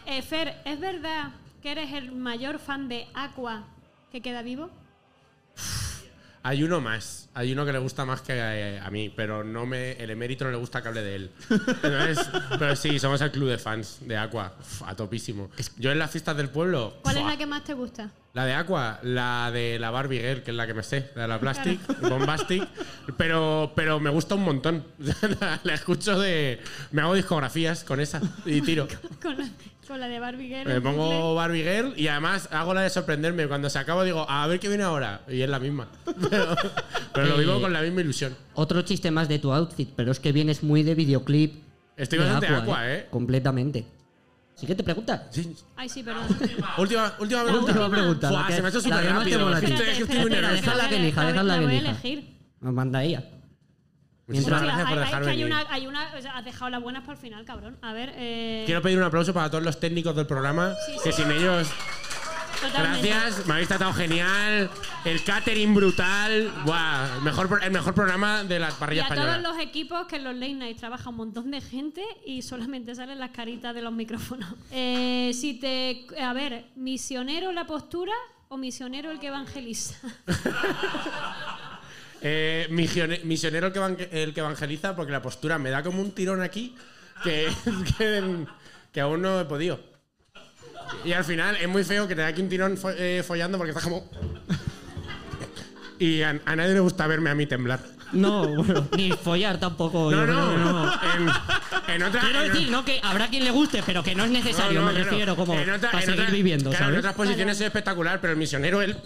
Eh, eh, Fer, ¿es verdad que eres el mayor fan de Aqua que queda vivo?
Hay uno más, hay uno que le gusta más que eh, a mí, pero no me, el emérito no le gusta que hable de él. Entonces, pero sí, somos el club de fans de Aqua, Uf, a topísimo. Yo en las fiestas del pueblo,
¿Cuál es
¡fua!
la que más te gusta?
La de Aqua, la de la Barbie Girl, que es la que me sé, la de la Plastic, Bombastic, pero, pero me gusta un montón. la, la escucho de. Me hago discografías con esa y tiro.
Con la, con la de Barbie Girl.
Me
en
pongo Barbie Girl y además hago la de sorprenderme. Cuando se acaba digo, a ver qué viene ahora. Y es la misma. Pero, pero lo
Eh,
vivo con la misma ilusión.
Otro chiste más de tu outfit, pero es que vienes muy de videoclip.
Estoy
de
bastante Aqua, ¿eh?
Completamente. Siguiente pregunta.
bucle. Ay, sí, perdón.
Última, última
La
pregunta.
última pregunta.
Fua,
la que-
se me ha hecho
la
súper
que más te
rápido.
mola a ti.
Estoy-
Espérate,
estoy
espérate,
muy
espérate,
nervioso.
Déjala
voy-
que elija,
voy-
déjala que
voy a
elija.
elegir.
Nos manda ella.
Muchísimas
Hostia,
gracias por
hay- hay-
dejarme
que hay
venir.
una- hay una- o sea, has dejado las buenas para el final, cabrón. A ver, eh,
Quiero pedir un aplauso para todos los técnicos del programa,
Sí,
que
sí.
sin ellos
totalmente.
Gracias, me habéis tratado genial. El catering brutal. Buah, el mejor, pro- el mejor programa de la
Y
parrilla
a todos
española.
los equipos que en los late night trabaja un montón de gente y solamente salen las caritas de los micrófonos. Eh, si te, a ver, misionero la postura o misionero el que evangeliza.
Eh, misione- misionero el que, van- el que evangeliza, porque la postura me da como un tirón aquí que, que, que aún no he podido. Y al final es muy feo que te da aquí un tirón fo- eh, follando porque estás como. Y a, a nadie le gusta verme a mí temblar.
No, bueno, ni follar tampoco.
No,
yo creo
no,
que no.
En, en otra.
Quiero
en-
decir, no que habrá quien le guste, pero que no es necesario,
No, no,
me
claro.
refiero, como
En otra-
para
en
seguir
otra-
viviendo,
claro,
¿sabes?
En otras posiciones es espectacular, pero el misionero, él.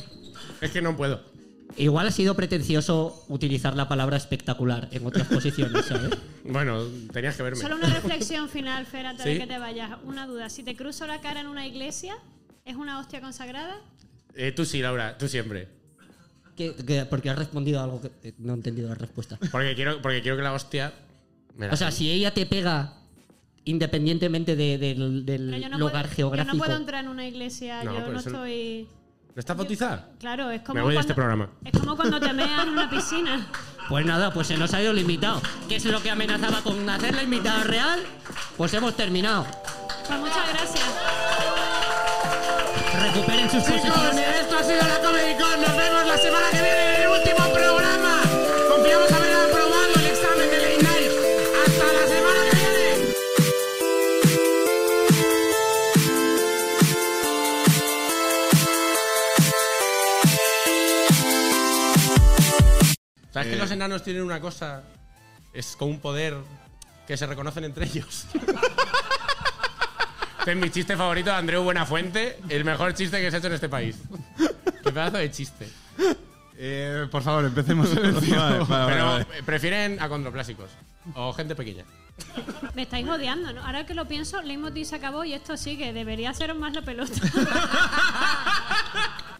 Es que no puedo.
Igual ha sido pretencioso utilizar la palabra espectacular en otras posiciones, ¿sabes?
Bueno, tenías que verme.
Solo una reflexión final, Fer, antes de
Sí.
que te vayas. Una duda. Si te cruzo la cara en una iglesia, ¿es una hostia consagrada?
Eh, tú sí, Laura, tú siempre.
Que- que- porque has respondido algo que eh, no he entendido la respuesta.
Porque quiero, porque quiero que la hostia. me la
O sea,
den.
si ella te pega independientemente de- del, del
Pero yo no
lugar
puedo-
geográfico.
Yo no puedo entrar en una iglesia,
No,
yo
pero
no
eso no-
estoy.
¿No estás bautizada?
Claro, es como.
Me voy de
cuando,
este programa.
Es como cuando te meas en una piscina.
Pues nada, pues se nos ha ido limitado. ¿Qué es lo que amenazaba con hacerla invitada real? Pues hemos terminado.
Pues muchas gracias.
Recuperen sus
Chicos,
posiciones.
esto ha sido la Comedy Con. Nos vemos la semana que viene en el último programa. Confiamos haber aprobado el examen de Late Night. ¡Hasta la semana que viene! ¿Sabes que los enanos tienen una cosa? Es con un poder que se reconocen entre ellos. este es mi chiste favorito de Andreu Buenafuente, el mejor chiste que se ha hecho en este país. Qué pedazo de chiste.
Eh, por favor, empecemos el tío. Vale, vale,
Pero
vale.
eh, prefieren acondroplásicos o gente pequeña.
Me estáis odiando, ¿no? Ahora que lo pienso, Leitmotiv se acabó y esto sigue. Debería haceros más la pelota.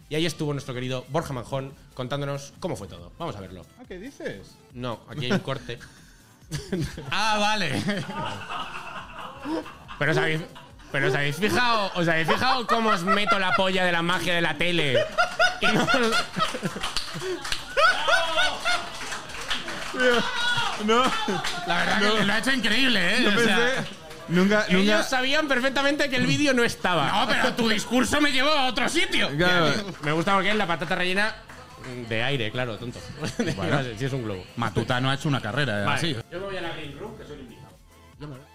Y ahí estuvo nuestro querido Borja Manjón contándonos cómo fue todo. Vamos a verlo.
Ah, ¿Qué dices?
No, aquí hay un corte.
Ah, vale.
Pero os habéis, pero os habéis fijado, os habéis fijado cómo os meto la polla de la magia de la tele. Y no-
No,
La verdad que lo ha hecho increíble, ¿eh?
no
O
pensé.
sea,
nunca, nunca.
ellos sabían perfectamente que el vídeo no estaba.
no, pero tu discurso me llevó a otro sitio.
Claro.
Me gusta porque es la patata rellena de aire, claro, tonto. Si es un globo.
Matuta no ha hecho una carrera,
Vale,
Ah,
así.
Yo me voy a la Green Room, que soy el invitado.
Yo me-